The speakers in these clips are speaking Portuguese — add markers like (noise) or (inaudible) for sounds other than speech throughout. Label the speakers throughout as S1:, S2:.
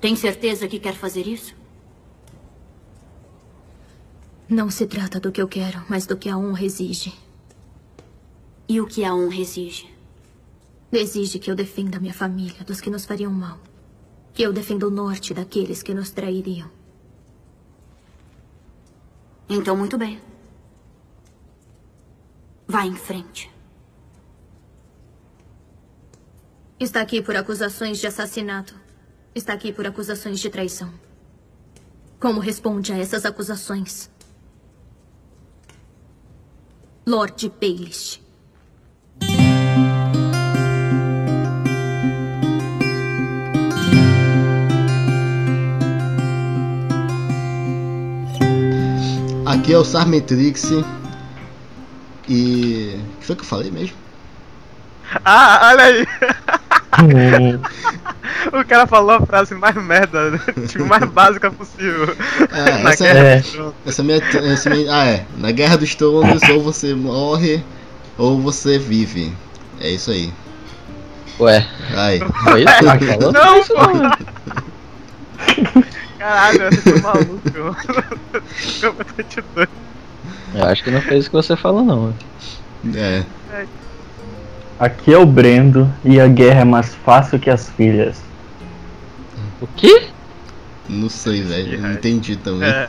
S1: Tem certeza que quer fazer isso?
S2: Não se trata do que eu quero, mas do que a honra exige.
S1: E o que a honra exige?
S2: Exige que eu defenda minha família dos que nos fariam mal. Que eu defenda o norte daqueles que nos trairiam.
S1: Então, muito bem. Vá em frente.
S2: Está aqui por acusações de assassinato. Está aqui por acusações de traição. Como responde a essas acusações? Lord Baelish.
S3: Aqui é o Sarmetrix e. O que foi que eu falei mesmo?
S4: Ah, olha aí! (laughs)
S5: É.
S4: o cara falou a frase mais merda, (laughs) tipo, mais básica possível. (laughs)
S3: É, essa, é, essa, é minha, essa é minha- Ah, é. Na Guerra dos Tronos, ou você morre, ou você vive. É isso aí.
S6: Ué,
S3: Aí.
S6: foi isso?
S5: Ah, que
S4: (laughs)
S5: falou?
S4: Não, pô! Caralho, eu tô maluco, mano. (laughs) Eu vou te doido.
S6: Eu acho que não foi isso que você falou, não.
S3: É.
S5: Aqui é o Brendo e a guerra é mais fácil que as filhas.
S6: O quê?
S3: Não sei, velho. Não entendi também.
S4: É.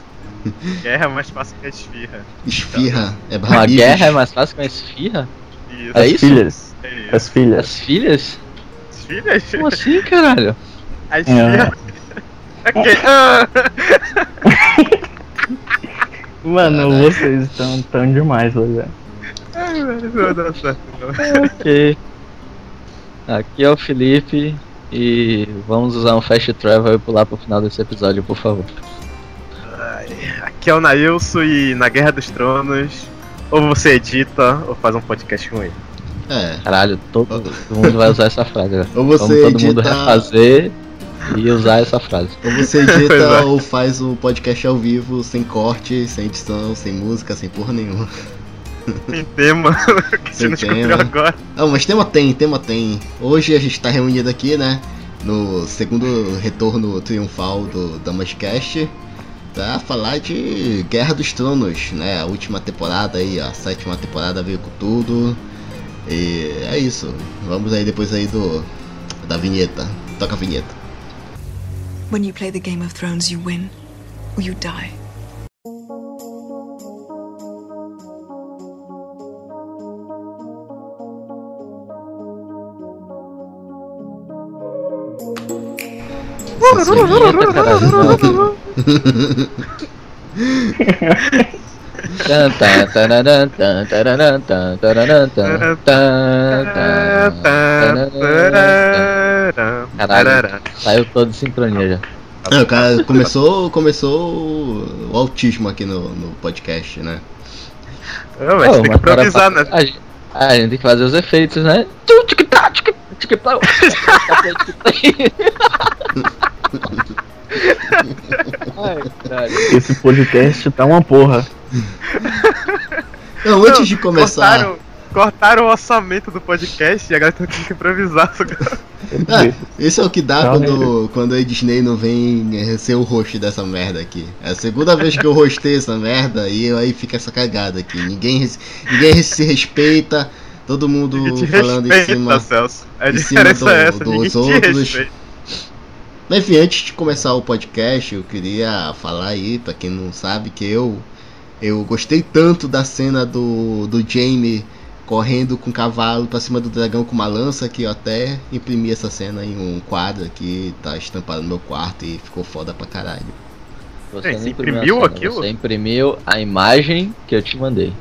S4: Guerra é mais fácil que a esfirra.
S3: Esfirra. É
S6: Não, a
S3: barriga.
S6: guerra é mais fácil com a esfirra?
S4: Isso.
S6: É
S5: As
S6: isso?
S5: filhas.
S4: É isso.
S5: As filhas.
S6: As filhas?
S4: Esfirra?
S6: Como assim, caralho?
S4: A esfirra. Ok. (laughs) Ah.
S5: Mano, vocês estão tão demais hoje. velho.
S4: Ai, velho, não dá certo, não.
S6: Ok. Aqui é o Felipe e vamos usar um fast travel e pular pro final desse episódio, por favor.
S4: Aqui é o Nailson e na Guerra dos Tronos, ou você edita ou faz um podcast ruim.
S3: (laughs) É.
S6: Caralho, todo mundo vai usar essa frase. velho.
S3: Ou você
S6: Vamos todo mundo
S3: edita-
S6: refazer e usar essa frase.
S3: Ou você
S4: Pois é.
S3: edita ou faz o podcast ao vivo, sem corte, sem edição, sem música, sem porra nenhuma.
S4: Sem tema, que a gente
S3: Sem
S4: não descobriu
S3: tema.
S4: agora.
S3: Ah, mas tema tem, tema tem. Hoje a gente tá reunido aqui, né? No segundo retorno triunfal do Damascast. Pra falar de Guerra dos Tronos, né? A última temporada aí, a sétima temporada veio com tudo. E é isso. Vamos aí depois aí do. Da vinheta. Toca a vinheta.
S7: When you play the Game of Thrones, you win or you die.
S3: Essa sua vinheta, caralho.
S6: Tan, tan, tararan, tan, tararan, tan, tararan, tan, tan, tan, tararan, tan. Caralho, saiu todo de sincronia já.
S3: É, o cara começou, começou o autismo aqui no, no podcast, né?
S4: Ah, mas
S6: Pô,
S4: tem que
S6: mas para-
S4: improvisar, né?
S6: A gente, a gente tem que fazer os efeitos, né? Tum, tic, tá, tic, tic, tá, Ai, caralho.
S5: Esse podcast tá uma porra.
S3: Não, antes de começar.
S4: Cortaram, cortaram o orçamento do podcast e agora tem que improvisar. só que-
S3: Ah, isso é o que dá
S5: Não,
S3: quando, quando a Disney não vem eh, ser o host dessa merda aqui. É a segunda vez que eu hostei essa merda e eu- aí fica essa cagada aqui. Ninguém, res- ninguém res- se respeita, todo mundo
S4: Ninguém te
S3: falando em
S4: respeita,
S3: cima.
S4: Celso. A
S3: em cima
S4: diferença é
S3: do-
S4: essa, ninguém
S3: dos
S4: te
S3: outros.
S4: respeita.
S3: Mas, Enfim, antes de começar o podcast, eu queria falar aí, pra quem não sabe, que eu eu gostei tanto da cena do, do Jamie correndo com o cavalo pra cima do dragão com uma lança que eu até imprimi essa cena em um quadro que tá estampado no meu quarto e ficou foda pra caralho.
S6: Você
S4: Ei,
S6: não
S4: você
S6: imprimiu
S4: imprimiu
S6: a cena,
S4: aquilo?
S6: Você imprimiu a imagem que eu te mandei.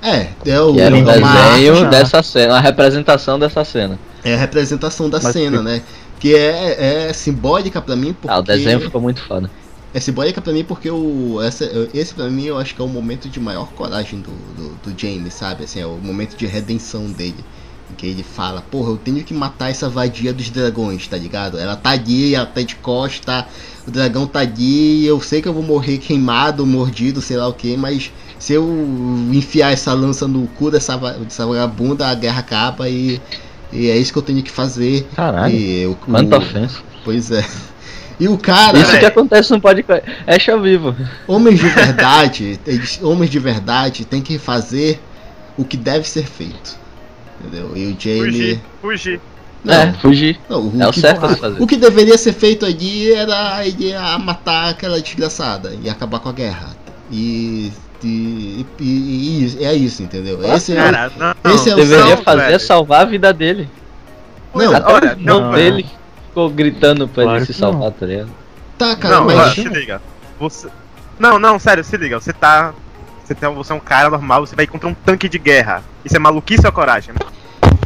S3: É, é o
S6: Que era um
S3: é uma arte
S6: desenho
S5: já.
S6: dessa cena, a representação dessa cena.
S3: É a representação da
S5: Mas
S3: cena,
S5: que-
S3: né? Que é, é simbólica pra mim, porque.
S6: Ah, o desenho ficou muito foda.
S3: É simbólica pra mim porque o, essa, esse pra mim eu acho que é o momento de maior coragem do, do, do James, sabe? Assim, é o momento de redenção dele. Em que ele fala, porra, eu tenho que matar essa vadia dos dragões, tá ligado? Ela tá ali, ela tá de costa, o dragão tá ali, eu sei que eu vou morrer queimado, mordido, sei lá o que, mas se eu enfiar essa lança no cu dessa, va- dessa vagabunda, a guerra acaba e, e é isso que eu tenho que fazer.
S6: Caralho.
S3: E o-
S6: Quanta
S3: o-
S6: ofensa.
S3: Pois é. E o cara,
S6: Isso que
S4: Peraí.
S6: acontece no podcast ao vivo.
S3: homens de verdade, eles- homens de verdade tem que fazer o que deve ser feito. Entendeu? E o Jamie.
S4: Fugir, fugir.
S3: Não,
S6: É, fugir.
S3: não,
S6: É o certo a se fazer.
S3: O que deveria ser feito ali era ele a matar aquela desgraçada e acabar com a guerra. E. e- e- e- e é isso, entendeu? Esse é o-
S4: Cara, não.
S3: esse é o
S6: Deveria
S4: não,
S6: fazer é
S4: velho.
S6: salvar a vida dele.
S3: Não,
S6: Até
S4: Olha,
S6: o irmão
S5: não.
S6: dele ficou gritando pra
S5: Claro
S6: ele se
S5: que não.
S6: salvar, tá ligado?
S3: tá, cara,
S4: não,
S3: mas.
S4: ó, se liga. Você. Não, não, sério, se liga. Você tá. Você, tem, você é um cara normal, você vai contra um tanque de guerra. Isso é maluquice ou coragem?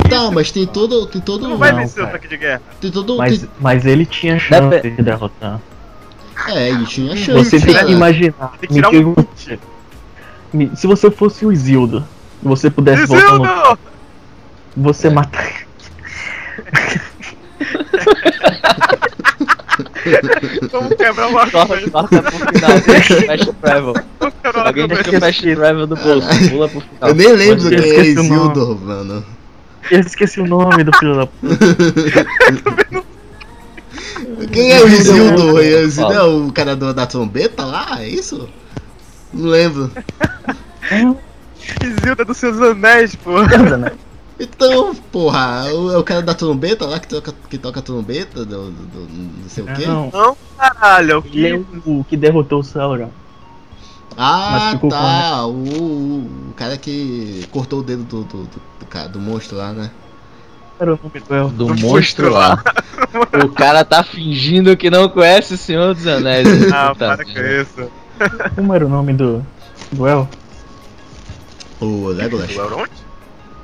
S3: Tá, mas tem todo. Tem todo. um
S4: Tu não vai
S5: Não,
S4: vencer o
S5: cara.
S4: tanque de guerra.
S3: Tem todo um
S5: Mas,
S3: tem-
S5: mas ele tinha chance
S6: Depe-
S5: de derrotar.
S3: é, ele tinha chance.
S5: Você tem
S3: cara.
S5: que imaginar.
S4: Tem que
S5: me
S4: tirar um
S5: pergunta-
S4: 20.
S5: me- se você fosse o Isildo, e você pudesse voltar no
S4: Isildo!
S5: Você mataria.
S4: Vamos quebrar o arco.
S6: Corta, corta pro final, deixa o Fast Travel.
S4: Vamos quebrar o
S6: Alguém tá
S4: arco.
S6: deixa o Fast Travel do bolso, pula pro final.
S3: Eu nem lembro
S6: Pode
S3: quem
S6: ser.
S3: é
S5: esqueci o nome.
S3: Isildur, mano.
S5: (laughs) Eu esqueci o nome do filho da puta.
S3: Quem é o Isildur?
S6: lembro.
S3: Isildur é o cara do- da trombeta lá? É isso? Não lembro.
S4: Isilda dos seus anéis, pô.
S3: Então, porra, o- é o cara da trombeta lá que toca, que toca trombeta, do, do- do- não sei o quê.
S5: É, Não,
S4: Caralho,
S5: ele é
S4: que.
S5: o, o que derrotou o Sauron.
S3: Ah,
S5: Mas ficou com
S3: tá. O, o cara que cortou o dedo do, do, do, do cara- do monstro lá, né?
S5: Era o nome do elfo.
S6: Do
S4: Do
S6: monstro
S4: monstro
S6: lá. O cara tá fingindo que não conhece o Senhor dos Anéis. tá
S4: Ah,
S6: Puta
S4: para com
S6: merda.
S4: isso.
S5: Como era o nome do. do elfo?
S3: O Legolas.
S4: Elrond?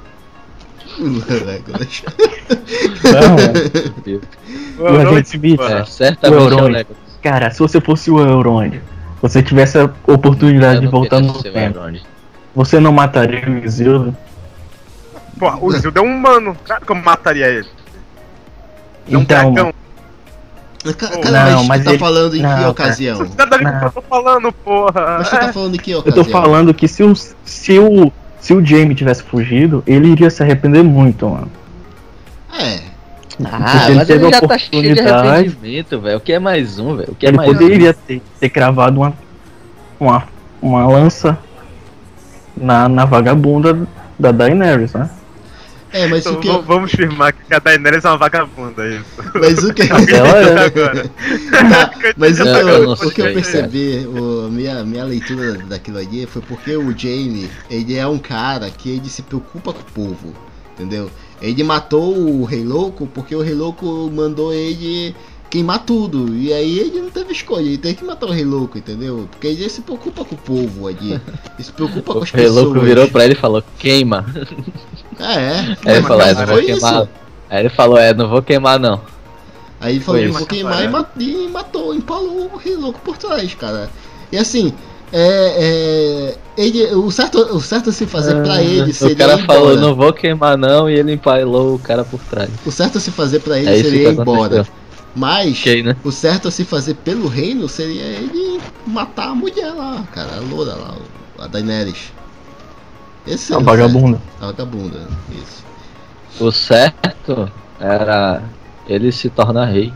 S3: (laughs) O Legolas.
S4: O
S5: Não, o
S4: Elrond,
S5: Agente Smith.
S4: pô.
S6: É, certamente é o
S5: Elrond.
S6: Legolas.
S5: Cara, se você fosse o Elrond, você tivesse a oportunidade
S6: Eu
S5: de
S6: não
S5: voltar
S6: queria
S5: no
S6: ser o
S5: tempo,
S6: Elrond.
S5: você não mataria o Isildo?
S4: Pô, o Isildo é um humano. Claro que eu mataria ele. É um
S5: Então,
S4: dragão.
S3: Cara,
S4: Não,
S3: cara, mas tu
S5: mas
S3: tá
S5: ele-
S3: falando em
S5: não,
S3: que
S5: cara.
S3: ocasião?
S4: Nada a ver com o que eu tô falando, porra.
S3: Mas tu
S5: (laughs)
S3: tá falando em que
S5: eu tô
S3: ocasião?
S5: falando que se o, se o. se o Jamie tivesse fugido, ele iria se arrepender muito, mano.
S3: É,
S6: Ah,
S5: ele
S6: mas
S5: teve
S6: ele
S5: a
S6: já tá cheio de
S5: oportunidade.
S6: arrependimento, velho. O que é mais um, velho? O que é
S5: ele
S6: mais um?
S5: poderia ter, ter cravado uma, uma, uma lança na, na vagabunda da Daenerys, né?
S3: é, mas
S4: Então,
S3: o que...
S4: v- Vamos firmar que a Daenerys é uma vagabunda, isso.
S3: Mas
S6: (laughs)
S3: o que...
S5: Ela
S6: é.
S5: era.
S4: Agora.
S3: Tá, mas o que
S6: Eu
S3: eu,
S6: não
S3: o que eu
S6: sei,
S3: percebi, o- minha, minha leitura daquilo ali foi porque o Jamie, ele é um cara que ele se preocupa com o povo, entendeu? Ele matou o Rei Louco porque o Rei Louco mandou ele queimar tudo. E aí ele não teve escolha, ele teve que matar o Rei Louco, entendeu? Porque ele se preocupa com o povo ali. Ele se preocupa com
S6: (laughs) O
S3: as pessoas.
S6: Relouco virou pra ele e falou, queima.
S3: É,
S6: Aí ele
S3: mas
S6: falou, é, não vou
S3: foi
S6: queimar.
S3: isso.
S6: Aí ele falou, é, não vou queimar não.
S3: Aí ele falou,
S6: Foi né?"
S3: eu vou
S4: isso.
S3: queimar e, ma- e matou, empalou o Rei Louco por trás, cara. E assim, é, é, ele, o, certo, o certo a se fazer é pra ele seria
S6: Ah, o cara
S3: ir
S6: falou,
S3: embora.
S6: não vou queimar não, e ele empalou o cara por trás. É
S3: O certo a se fazer pra ele
S6: Aí
S3: seria ir
S6: fica
S3: embora.
S6: acontecendo.
S3: Mas
S6: Ok, né?
S3: o certo a se fazer pelo reino seria ele matar a mulher lá, cara, a loura lá, o- a Daenerys. Esse
S6: É
S3: seria
S5: A
S6: um
S3: o certo.
S5: vagabunda.
S3: A vagabunda, isso.
S6: O certo era ele se tornar rei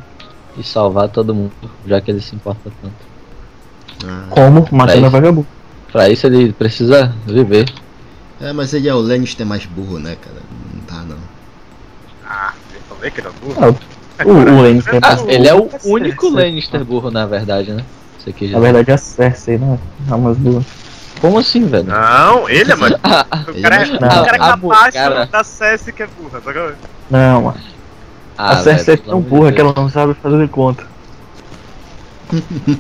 S6: e salvar todo mundo, já que ele se importa tanto.
S3: Ah.
S5: Como? Matando
S6: Mas-
S5: a vagabunda.
S6: Pra isso ele precisa viver.
S3: É, mas ele é o Lannister mais burro, né, cara? Não tá não.
S4: Eu falei Ah, que era burro.
S5: Ah, o, o Lannister.
S6: Ah, ele é o
S4: tá certo,
S6: único
S5: certo.
S6: Lannister burro, na verdade, né? Isso aqui já...
S5: Na verdade é a Cersei, né? Ah, mas duas.
S6: Como assim, velho?
S4: Não, ele é mais.
S6: Ah,
S5: Ah,
S4: O cara é,
S3: Ele é
S4: o
S5: mais-
S4: cara é
S6: Não, a bu-
S4: capaz
S6: cara-
S4: da CS que é burra, tá ligado?
S5: Não, mano.
S6: Ah,
S5: a Cersei
S6: velho,
S5: é
S6: pelo
S5: tão
S6: amor de
S5: burra que
S6: Deus.
S5: ela não sabe fazer conta.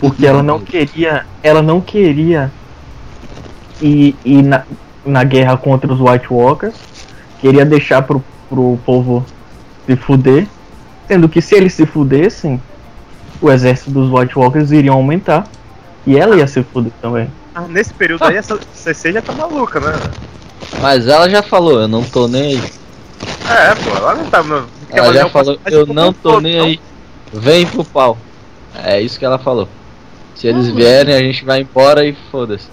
S5: Porque ela não queria. Ela não queria ir, ir na, na guerra contra os White Walkers. Queria deixar pro, pro povo se fuder. Sendo que se eles se fudessem, o exército dos White Walkers iria aumentar. E ela ia se fuder também.
S4: Ah, nesse período aí, essa CC já tá maluca, né?
S6: Mas ela já falou, eu não tô nem aí.
S4: É, pô, ela não tá. Mano,
S6: Ela já falou, eu não
S4: um
S6: tô nem aí. Vem pro pau. É isso que ela falou. Se eles vierem, a gente vai embora e foda-se.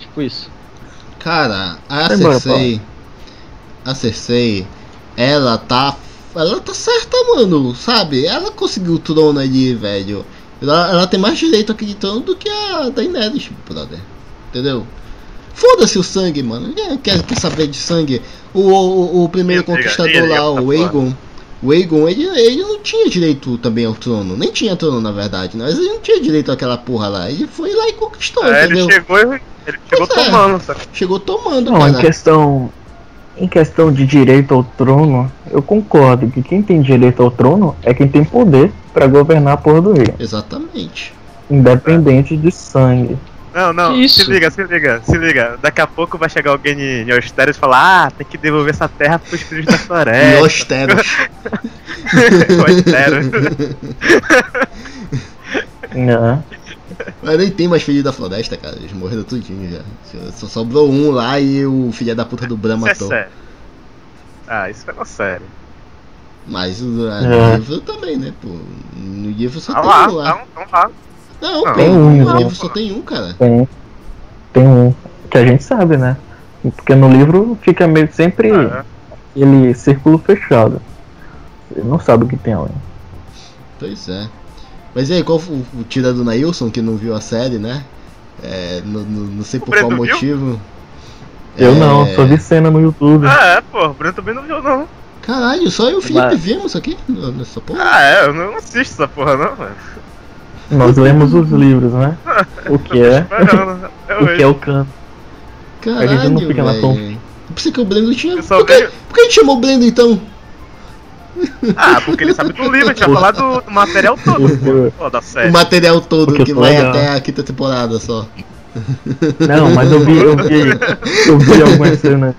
S6: Tipo isso.
S3: Cara, a
S5: Vai embora,
S3: Cersei. A Cersei, ela tá Ela tá certa, mano, sabe? Ela conseguiu o trono ali, velho. Ela, ela tem mais direito aqui de trono do que a Daenerys, brother. Entendeu? Foda-se o sangue, mano. Ninguém quer, quer saber de sangue. O, o, o primeiro
S4: Intriga,
S3: conquistador
S4: intriga,
S3: lá,
S4: tá
S3: o
S4: fora.
S3: Aegon. O Aegon, ele, ele não tinha direito também ao trono. Nem tinha trono, na verdade, né? Mas ele não tinha direito àquela porra lá. Ele foi lá e conquistou,
S4: Aí
S3: entendeu?
S4: É, ele chegou e ele chegou
S3: Pois é.
S4: tomando, sacou?
S3: Chegou tomando,
S5: Não, em
S3: cara.
S5: questão. Em questão de direito ao trono, eu concordo que quem tem direito ao trono é quem tem poder pra governar a porra do rei.
S3: Exatamente.
S5: Independente de sangue.
S4: Não, não,
S6: Que isso?
S4: se liga, se liga, se liga. Daqui a pouco vai chegar alguém em em Austérios e falar: Ah, tem que devolver essa terra pros filhos da
S3: É. E
S4: floresta. (laughs)
S3: austeros.
S4: Austérios.
S5: Né?
S3: (laughs) Mas nem tem mais filho da floresta, cara. Eles morreram tudinho já. Só- Só sobrou um lá e o filho da puta do Bran
S4: Isso
S3: (laughs)
S4: é
S3: matou.
S4: sério. Ah, isso é sério.
S3: Mas o a-
S5: É.
S3: no livro também, né, pô? No livro só
S4: Ah
S3: tem
S4: lá,
S3: um lá.
S4: então, então lá.
S3: Não,
S4: Não,
S3: pô,
S5: tem um,
S3: no
S5: né?
S3: livro só tem um, cara.
S5: Tem, tem um. Que a gente sabe, né? Porque no livro fica meio sempre
S4: Ah,
S5: aquele círculo fechado. Você não sabe o que tem além.
S3: Pois é. Mas e aí, qual foi o tira do Nailson que não viu a série, né? É, no- no- não sei por
S4: Breno
S3: qual
S4: viu?
S3: motivo.
S5: Eu
S3: É,
S5: não, só vi cena no YouTube.
S4: Ah, é, pô, o Bruno também não viu, não.
S3: Caralho, só eu e o Felipe
S6: Mas-
S3: vimos aqui n- nessa porra.
S4: Ah, é, eu não assisto essa porra, não, mano.
S5: Nós lemos os livros, né? O que é.
S4: Esperando, até
S5: (laughs) O que
S4: hoje.
S5: é o canto.
S3: Caralho,
S5: gente não fica na
S3: velho. Eu pensei que o Breno tinha.
S4: Eu só
S3: Por que,
S4: vejo-
S3: por que a gente chamou o Breno então?
S4: Ah, porque ele sabe do livro, a gente
S5: (laughs)
S4: vai falar do, do material todo, pô, pô, da
S3: o
S4: série.
S3: material todo
S5: Porque
S3: que
S5: eu tô
S3: vai
S5: legal.
S3: até a quinta temporada só.
S5: Não, mas eu vi, eu vi, eu vi algumas cenas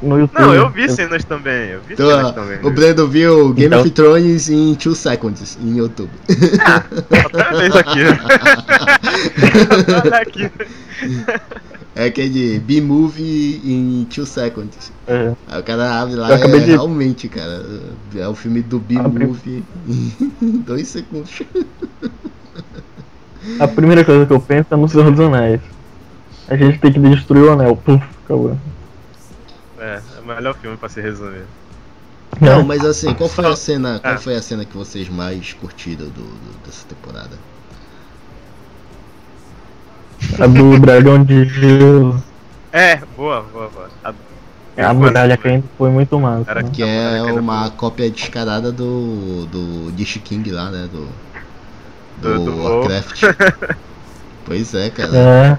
S5: no YouTube.
S4: Não, eu vi cenas também, eu vi
S3: Então,
S4: cenas
S3: ó,
S4: também. né?
S3: o Breno viu Game
S5: Então-
S3: of Thrones em 2 seconds em YouTube.
S4: Outra vez aqui. Olha tá aqui.
S3: É aquele B-Movie em 2 seconds.
S5: É.
S3: Aí o cara abre lá,
S5: Eu
S3: é,
S5: acabei de-
S3: realmente, cara. É o filme do B-Movie em (laughs) 2 segundos.
S5: A primeira coisa que eu penso é no Senhor dos Anéis. A gente tem que destruir o anel. Puf, acabou.
S4: É, é o melhor filme pra se resumir.
S3: Não, mas assim, qual foi a cena, qual
S4: Ah.
S3: foi a cena que vocês mais curtiram do, do- dessa temporada?
S5: A do dragão de gelo.
S4: É, boa, boa, boa. Tá A-
S5: É A muralha caindo foi muito
S4: É, assim.
S5: massa.
S4: Era
S5: né?
S3: Que
S4: Tá bom,
S3: é
S4: cara, que é
S3: uma cópia descarada do do Dish King lá, né, do do,
S4: Do- do WoW.
S3: Warcraft. (laughs) pois é, cara.
S5: É,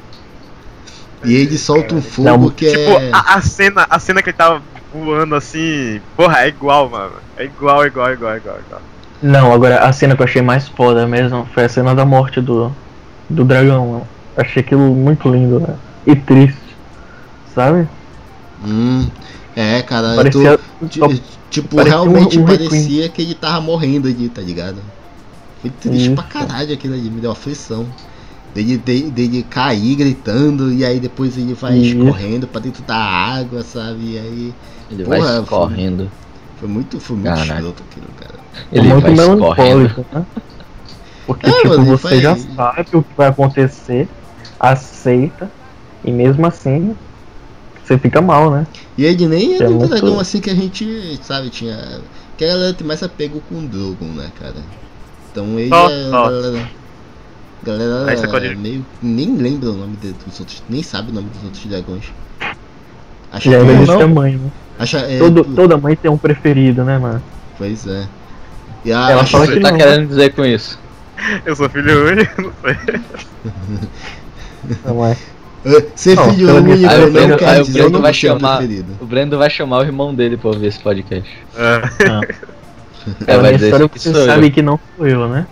S3: E ele solta um
S5: Não,
S3: fogo que
S4: Tipo,
S3: é.
S4: a, a cena, a cena que ele tava voando assim, porra, é igual, mano. É igual, igual, igual, igual, igual.
S5: Não, agora a cena que eu achei mais foda mesmo foi a cena da morte do, do dragão. mano. Achei aquilo muito lindo, né? E triste. Sabe?
S3: Hum, é, cara,
S5: Parecia.
S3: tu- ti-
S5: só-
S3: tipo,
S5: parecia
S3: realmente
S5: um- um
S3: parecia que ele tava morrendo ali, tá ligado? Foi triste pra
S5: Isso.
S3: caralho aquilo ali, me deu aflição. Dele, de- dele cair gritando, e aí depois ele vai
S5: Isso.
S3: escorrendo pra dentro da água, sabe? E aí.
S6: Ele
S3: Porra,
S6: vai correndo.
S3: Foi muito, foi muito
S6: Caralho.
S3: escroto aquilo, cara.
S6: Ele
S5: muito
S6: vai correndo.
S5: melancólico, né? Porque,
S3: É,
S5: tipo,
S3: mano, ele
S5: você
S3: faz-
S5: já sabe o que vai acontecer, aceita, e mesmo assim, você fica mal, né?
S3: E ele nem era
S5: É
S3: um
S5: muito-
S3: dragão assim que a gente, sabe, tinha. Que a galera tem mais apego com o Drogon, né, cara? Então ele
S4: Nossa,
S3: é.
S4: nossa.
S3: Galera,
S4: Aí você pode-
S3: galera meio. Nem lembra o nome de- dos outros. Nem sabe o nome dos outros dragões. Acha
S5: Já é
S3: que.
S5: desse
S3: Não,
S5: tamanho, né?
S3: acha, é,
S5: Todo, toda mãe tem um preferido, né, mano?
S3: Pois é. E a,
S5: Ela
S3: acho-
S5: fala
S6: Você
S5: que
S6: tá
S5: não.
S6: querendo dizer com isso?
S4: Eu sou filho único, não sei.
S5: Não é.
S3: Ah, Ser
S5: Não,
S3: filho
S5: pelo
S3: único
S5: menos-
S6: Aí o
S3: não
S6: Breno, aí
S3: quer
S6: o
S3: dizer que
S6: Breno vai
S3: você é o
S6: chamar.
S3: preferido.
S6: O Breno vai chamar o irmão dele pra ouvir esse podcast.
S4: É.
S6: É,
S5: a
S6: vai
S5: minha
S6: dizer
S5: história
S6: que
S5: você
S6: sou eu.
S5: sabe que não sou eu, né?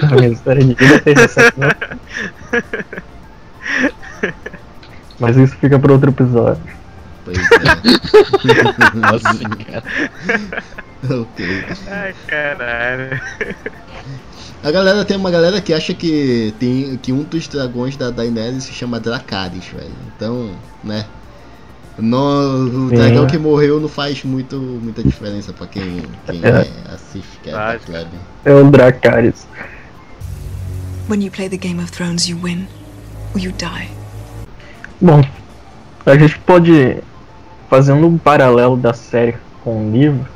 S5: A minha história de vida tem essa que não.
S6: (laughs)
S5: Mas isso fica pra outro episódio.
S3: Pois é.
S6: (laughs)
S3: (laughs)
S6: Nossa, cara.
S3: ok.
S4: Ai, caralho.
S3: A galera tem uma galera que acha que tem que um dos dragões da Daenerys se chama Dracarys, velho. Então, né? No, o
S5: Sim.
S3: dragão que morreu não faz muito, muita diferença pra quem, quem
S5: É.
S3: é, assiste, que é da
S4: Faz,
S3: plebe.
S5: É o Dracarys.
S7: When you play the Game of Thrones, you win or you die.
S5: Bom, a gente pode, fazendo um paralelo da série com o livro,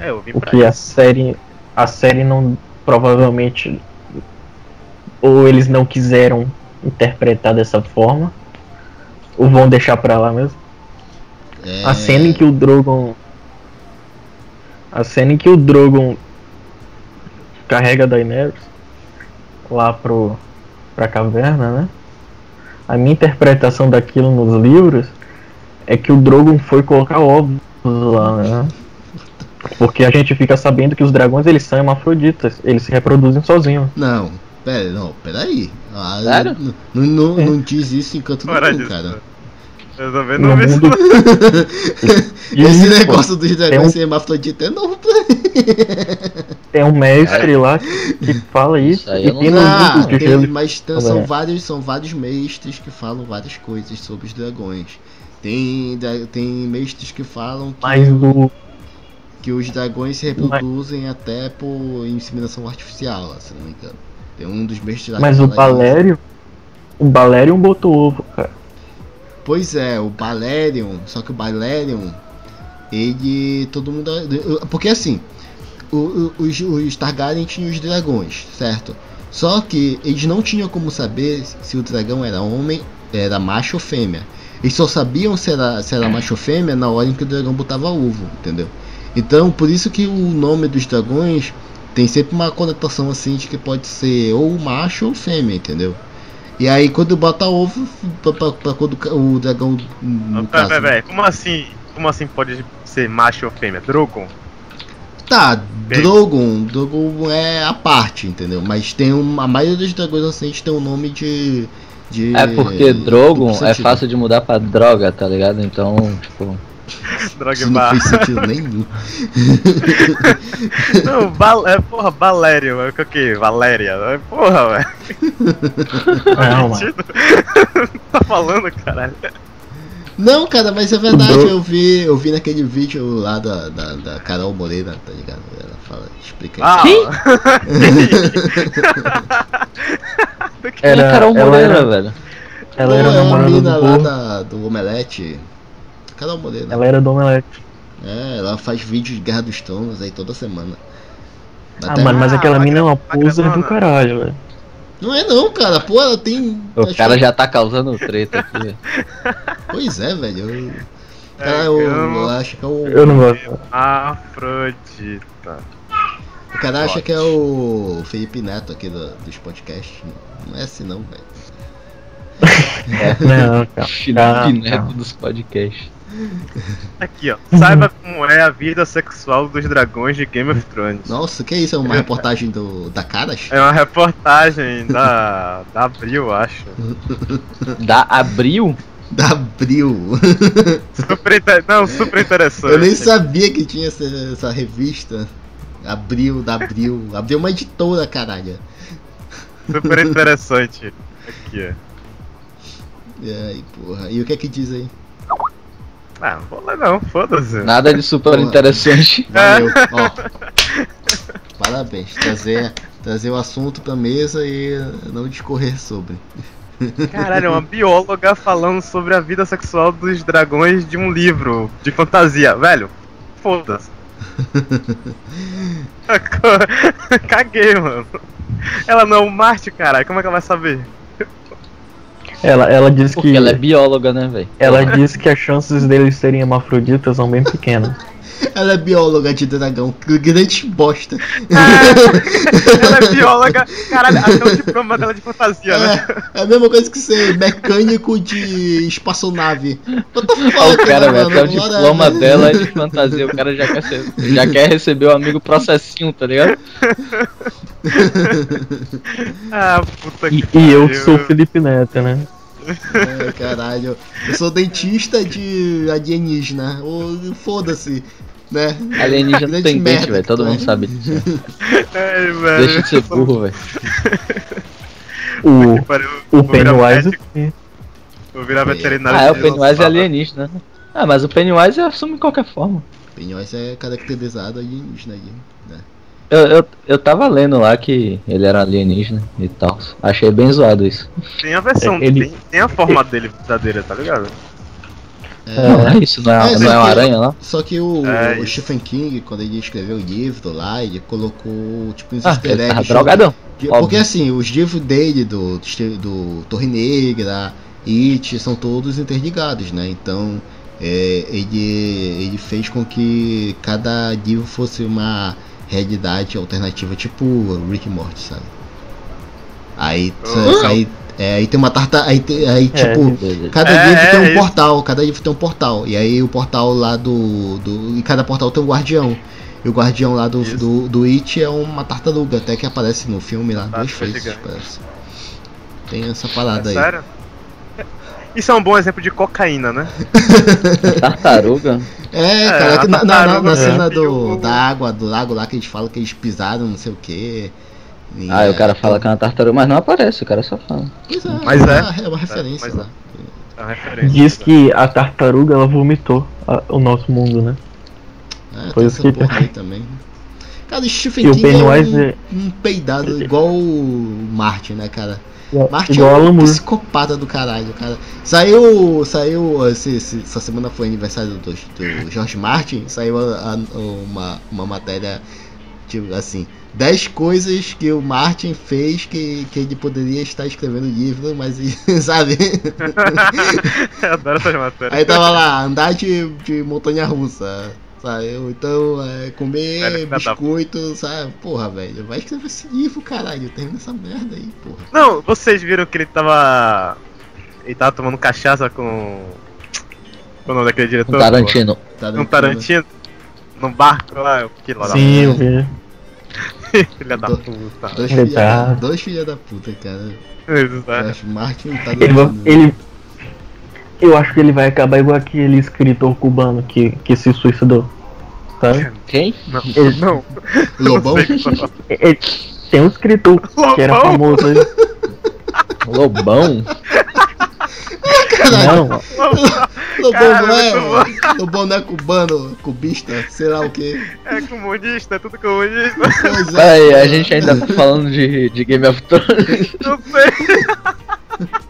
S4: É, eu vim
S5: O
S4: pra
S5: que a série. A série não. Provavelmente. Ou eles não quiseram interpretar dessa forma. Ou vão deixar pra lá mesmo.
S3: É,
S5: A cena em que o Drogon. A cena em que o Drogon carrega a Daenerys lá pro. pra caverna, né? A minha interpretação daquilo nos livros é que o Drogon foi colocar ovos lá, né? Porque a gente fica sabendo que os dragões eles são hermafroditas, eles se reproduzem sozinhos.
S3: Não, pera, não, peraí. Ah,
S6: Sério?
S3: n- n- Não, não
S5: É.
S3: diz isso enquanto não,
S4: Fora disso.
S3: cara.
S4: Eu também
S5: No
S4: não vi isso.
S5: mundo-
S4: não.
S3: Esse
S5: Isso,
S3: negócio dos dragões
S5: Tem um-
S3: ser hermafrodita é novo pra
S5: Tem um mestre lá que, que fala isso,
S6: Isso aí
S5: e
S6: eu não
S5: tem no
S6: sei.
S3: Ah,
S5: mundo de gelo
S3: tem, mas tem-
S5: Como
S3: são
S5: é?
S3: vários, são vários mestres que falam várias coisas sobre os dragões. Tem, dra- tem mestres que falam que,
S5: mas o
S3: que os dragões se reproduzem até por inseminação artificial, se não me engano. Tem um dos mestres lá que
S5: Mas o
S3: fala isso.
S5: Balério. O Balério botou ovo, cara.
S3: Pois é, o Balerion, só que o Balerion, ele. todo mundo. Porque assim, o- o- os, os Targaryen tinham os dragões, certo? Só que eles não tinham como saber se o dragão era homem, era macho ou fêmea. Eles só sabiam se era, se era macho ou fêmea na hora em que o dragão botava ovo, entendeu? Então, por isso que o nome dos dragões tem sempre uma conotação assim de que pode ser ou macho ou fêmea, entendeu? E aí quando bota ovo, pra, pra- pra quando o dragão. no
S4: Pera,
S3: caso- né?
S4: pera, pera, como assim? Como assim pode ser macho ou fêmea?
S5: (laughs)
S4: Drogon?
S3: Tá,
S4: Bem.
S3: Drogon, Drogon é a parte, entendeu? Mas tem uma, a maioria dos dragões ancientes tem o nome de. de
S6: É porque
S3: duplo
S6: Drogon é
S3: sentido.
S6: fácil de mudar pra droga, tá ligado? Então, tipo.
S3: Isso não
S4: Drogba.
S3: fez sentido nenhum.
S4: Não, Val é, porra, Valério. É o que- o que? Valéria. é, Porra, velho.
S5: Não, mano.
S4: (laughs) Tá falando, caralho.
S3: Não, cara, mas é verdade,
S5: Dro-
S3: eu vi, eu vi naquele vídeo lá da, da, da Carol Moreira, tá ligado? Ela fala, explica
S4: Ah,
S6: Quem?
S4: (laughs)
S3: É.
S6: Era,
S5: Era,
S6: Carol
S5: ela
S6: Moreira,
S5: era,
S6: velho.
S5: ela era
S3: Pô, é a
S5: namorada
S3: mina
S5: do
S3: lá
S5: povo.
S3: da, do Omelete. Carol Moreira.
S5: Ela era do Omelete.
S3: É, ela faz vídeo de Guerra dos Tronos aí toda semana.
S5: Ah,
S3: Até-
S5: mano, mas aquela
S4: Ah,
S5: mina é uma
S4: magra-
S5: poser do
S4: magrelona.
S5: caralho, velho.
S3: Não é não, cara. Pô, ela tem.
S6: O
S3: acho
S6: cara
S3: que-
S6: já tá causando treta aqui.
S3: Pois é, velho. Eu...
S4: É,
S3: Cara, eu,
S4: eu-
S3: eu acho que é o.
S5: Eu não gosto.
S4: Afrodita.
S3: O cara acha que é o Felipe Neto aqui do- dos podcasts. Não é assim não, velho.
S5: É. Não, cara. Ah,
S6: Felipe
S5: calma.
S6: Neto Tá dos podcasts.
S4: Aqui, ó.
S5: Uhum.
S4: Saiba como é a vida sexual dos dragões de Game of Thrones.
S3: Nossa, que isso? É uma reportagem do. da Caras?
S4: É uma reportagem da, da Abril, eu acho.
S6: Da Abril?
S3: Da Abril.
S4: Super inter... Não, super interessante.
S3: Eu nem sabia que tinha essa, essa revista. Abril, da Abril. Abril é uma editora, caralho.
S4: Super interessante. Aqui, ó.
S3: E aí, porra. E o que é que diz aí?
S4: Ah, não vou lá não, foda-se.
S6: Nada de super
S3: Porra.
S6: interessante.
S3: Valeu. Ó. Parabéns. Trazer, trazer o assunto pra mesa e não discorrer sobre.
S4: Caralho, é uma bióloga falando sobre a vida sexual dos dragões de um livro de fantasia. Velho,
S6: (laughs)
S4: foda-se. (laughs) Caguei, mano. Ela não é um Marte, caralho. Como é que ela vai
S6: (laughs)
S4: saber?
S5: Ela, ela diz
S6: Porque
S5: que.
S6: ela é bióloga, né, velho?
S5: Ela é diz que as chances deles serem hermafroditas são bem pequenas.
S3: Ela é bióloga de dragão, que grande bosta.
S4: Ela é bióloga. Caralho, até o diploma dela é de fantasia, né?
S3: É, é a mesma coisa que ser mecânico de espaçonave. What the fuck,
S6: Olha o cara,
S3: né,
S6: velho. Até o
S3: mano? né? Bora-
S6: diploma dela é de fantasia. O cara já quer, ser- já quer receber o amigo processinho, tá ligado?
S4: Ah, puta
S5: E,
S4: que
S5: e eu que
S4: pariu.
S5: sou o Felipe Neto, né?
S3: É, caralho. Eu sou dentista de alienígena. Ô, Foda-se. Né?
S6: Alienígena não tem dente, velho. Todo
S3: né?
S6: mundo sabe disso. né?
S4: Ai, velho.
S6: Deixa de ser burro, velho.
S5: O,
S4: (laughs) Que pariu.
S5: o
S4: Vou virar
S5: Pennywise.
S4: médico, Vou virar veterinário.
S6: Ah, é, o
S4: de
S6: Pennywise é
S4: dinossauro.
S6: alienígena, né? Ah, mas o Pennywise assume qualquer forma.
S3: Penhóis é caracterizado alienígena aí. Né?
S6: Eu, eu, eu tava lendo lá que ele era alienígena e tal. Achei bem zoado isso.
S4: Tem a versão,
S5: É, ele-
S4: tem, tem a forma dele verdadeira, tá ligado?
S6: Ah, isso não é,
S3: É,
S6: não é uma
S3: porque-
S6: aranha lá?
S3: Só que o,
S4: É,
S3: o
S4: isso.
S3: Stephen King, quando ele escreveu o livro lá, ele colocou tipo uns
S6: Ah,
S3: easter
S6: ele tava
S3: eggs.
S6: drogadão.
S3: de-
S6: óbvio.
S3: porque assim, os livros dele, do, do Torre Negra, It, são todos interligados, né? Então é, ele, ele fez com que cada livro fosse uma realidade alternativa, tipo Rick e Morty, sabe? Aí,
S4: Hã?
S3: aí, é, aí tem uma tarta. Aí, tem- aí
S5: É,
S3: tipo. Cada
S4: É,
S3: livro
S4: é,
S3: tem um
S4: isso.
S3: portal, cada livro tem um portal. E aí o portal lá do. do e cada portal tem um guardião. E o guardião lá do,
S4: Isso.
S3: do, do It é uma tartaruga, até que aparece no filme lá, duas
S4: Tartaruga
S3: vezes,
S4: gigante.
S3: parece. Tem essa
S4: É
S3: parada aí.
S4: sério? Isso é um bom exemplo de cocaína, né?
S6: Tartaruga?
S3: É,
S4: É,
S3: cara,
S4: a
S3: que na, na, na- na
S4: tartaruga
S3: cena
S4: tem
S3: do,
S4: o-
S3: da água, do lago lá que eles falam que eles pisaram, não sei o quê. E
S6: Ah,
S3: é,
S6: o cara fala que é uma tartaruga, mas não aparece, o cara só fala.
S3: Pois é,
S4: Mas
S3: é,
S4: é.
S3: uma- é uma referência
S4: mas é.
S3: lá.
S4: É uma referência.
S5: Diz que a tartaruga ela vomitou a- o nosso mundo, né?
S3: É, tem
S5: Foi
S3: essa
S5: escrito. (laughs)
S3: porra aí também. Cara, Stephen
S5: E o
S3: King é
S5: Pennywise
S3: um,
S5: é-
S3: um peidado igual o Martin, né, cara? Martin
S5: Igual a
S3: é um
S5: Lamur.
S3: psicopata do caralho, cara. Saiu, saiu, esse- esse- essa semana foi aniversário do, do George Martin, saiu a- a- uma, uma matéria, tipo assim, 10 coisas que o Martin fez que, que ele poderia estar escrevendo livro, mas, (laughs) sabe?
S4: (laughs) Eu adoro essas matérias.
S3: Aí tava lá, andar de, de montanha russa, sabe? Ou então é,
S4: Velho,
S3: comer
S4: filha da-
S3: biscoito, sabe? Porra, velho, vai escrever esse livro, caralho, termina essa merda aí, porra.
S4: Não, vocês viram que ele tava. Ele tava tomando cachaça com. Qual o nome daquele diretor?
S6: Um Tarantino.
S3: Tá
S4: pô?
S3: né?
S4: Um Tarantino. Num barco lá, que lá
S5: Sim, eu vi.
S4: filha da
S3: Do-
S4: puta.
S3: Dois filha, da,
S6: tá-
S5: Coitado.
S3: dois filha da puta, cara.
S4: Exato.
S3: George Martin tá e o
S5: Ele, vai-
S3: Tarantino.
S5: ele- eu acho que ele vai acabar igual aquele escritor cubano que, que se suicidou. Sabe?
S6: Quem?
S4: Não,
S5: Ele-
S4: não.
S3: Lobão?
S4: Não sei o que eu tô falando.
S5: Ele- tem um escritor que era
S4: Lobão?
S5: famoso. aí.
S6: Lobão?
S3: Caralho,
S5: Não, ó.
S3: Lobão
S4: Cara,
S3: não
S4: muito
S3: é. Lobão não é cubano, cubista, sei lá o que.
S4: É comunista, é tudo comunista.
S3: Pois é.
S6: Aí, a gente ainda tá falando de, de Game of Thrones.
S4: Não sei.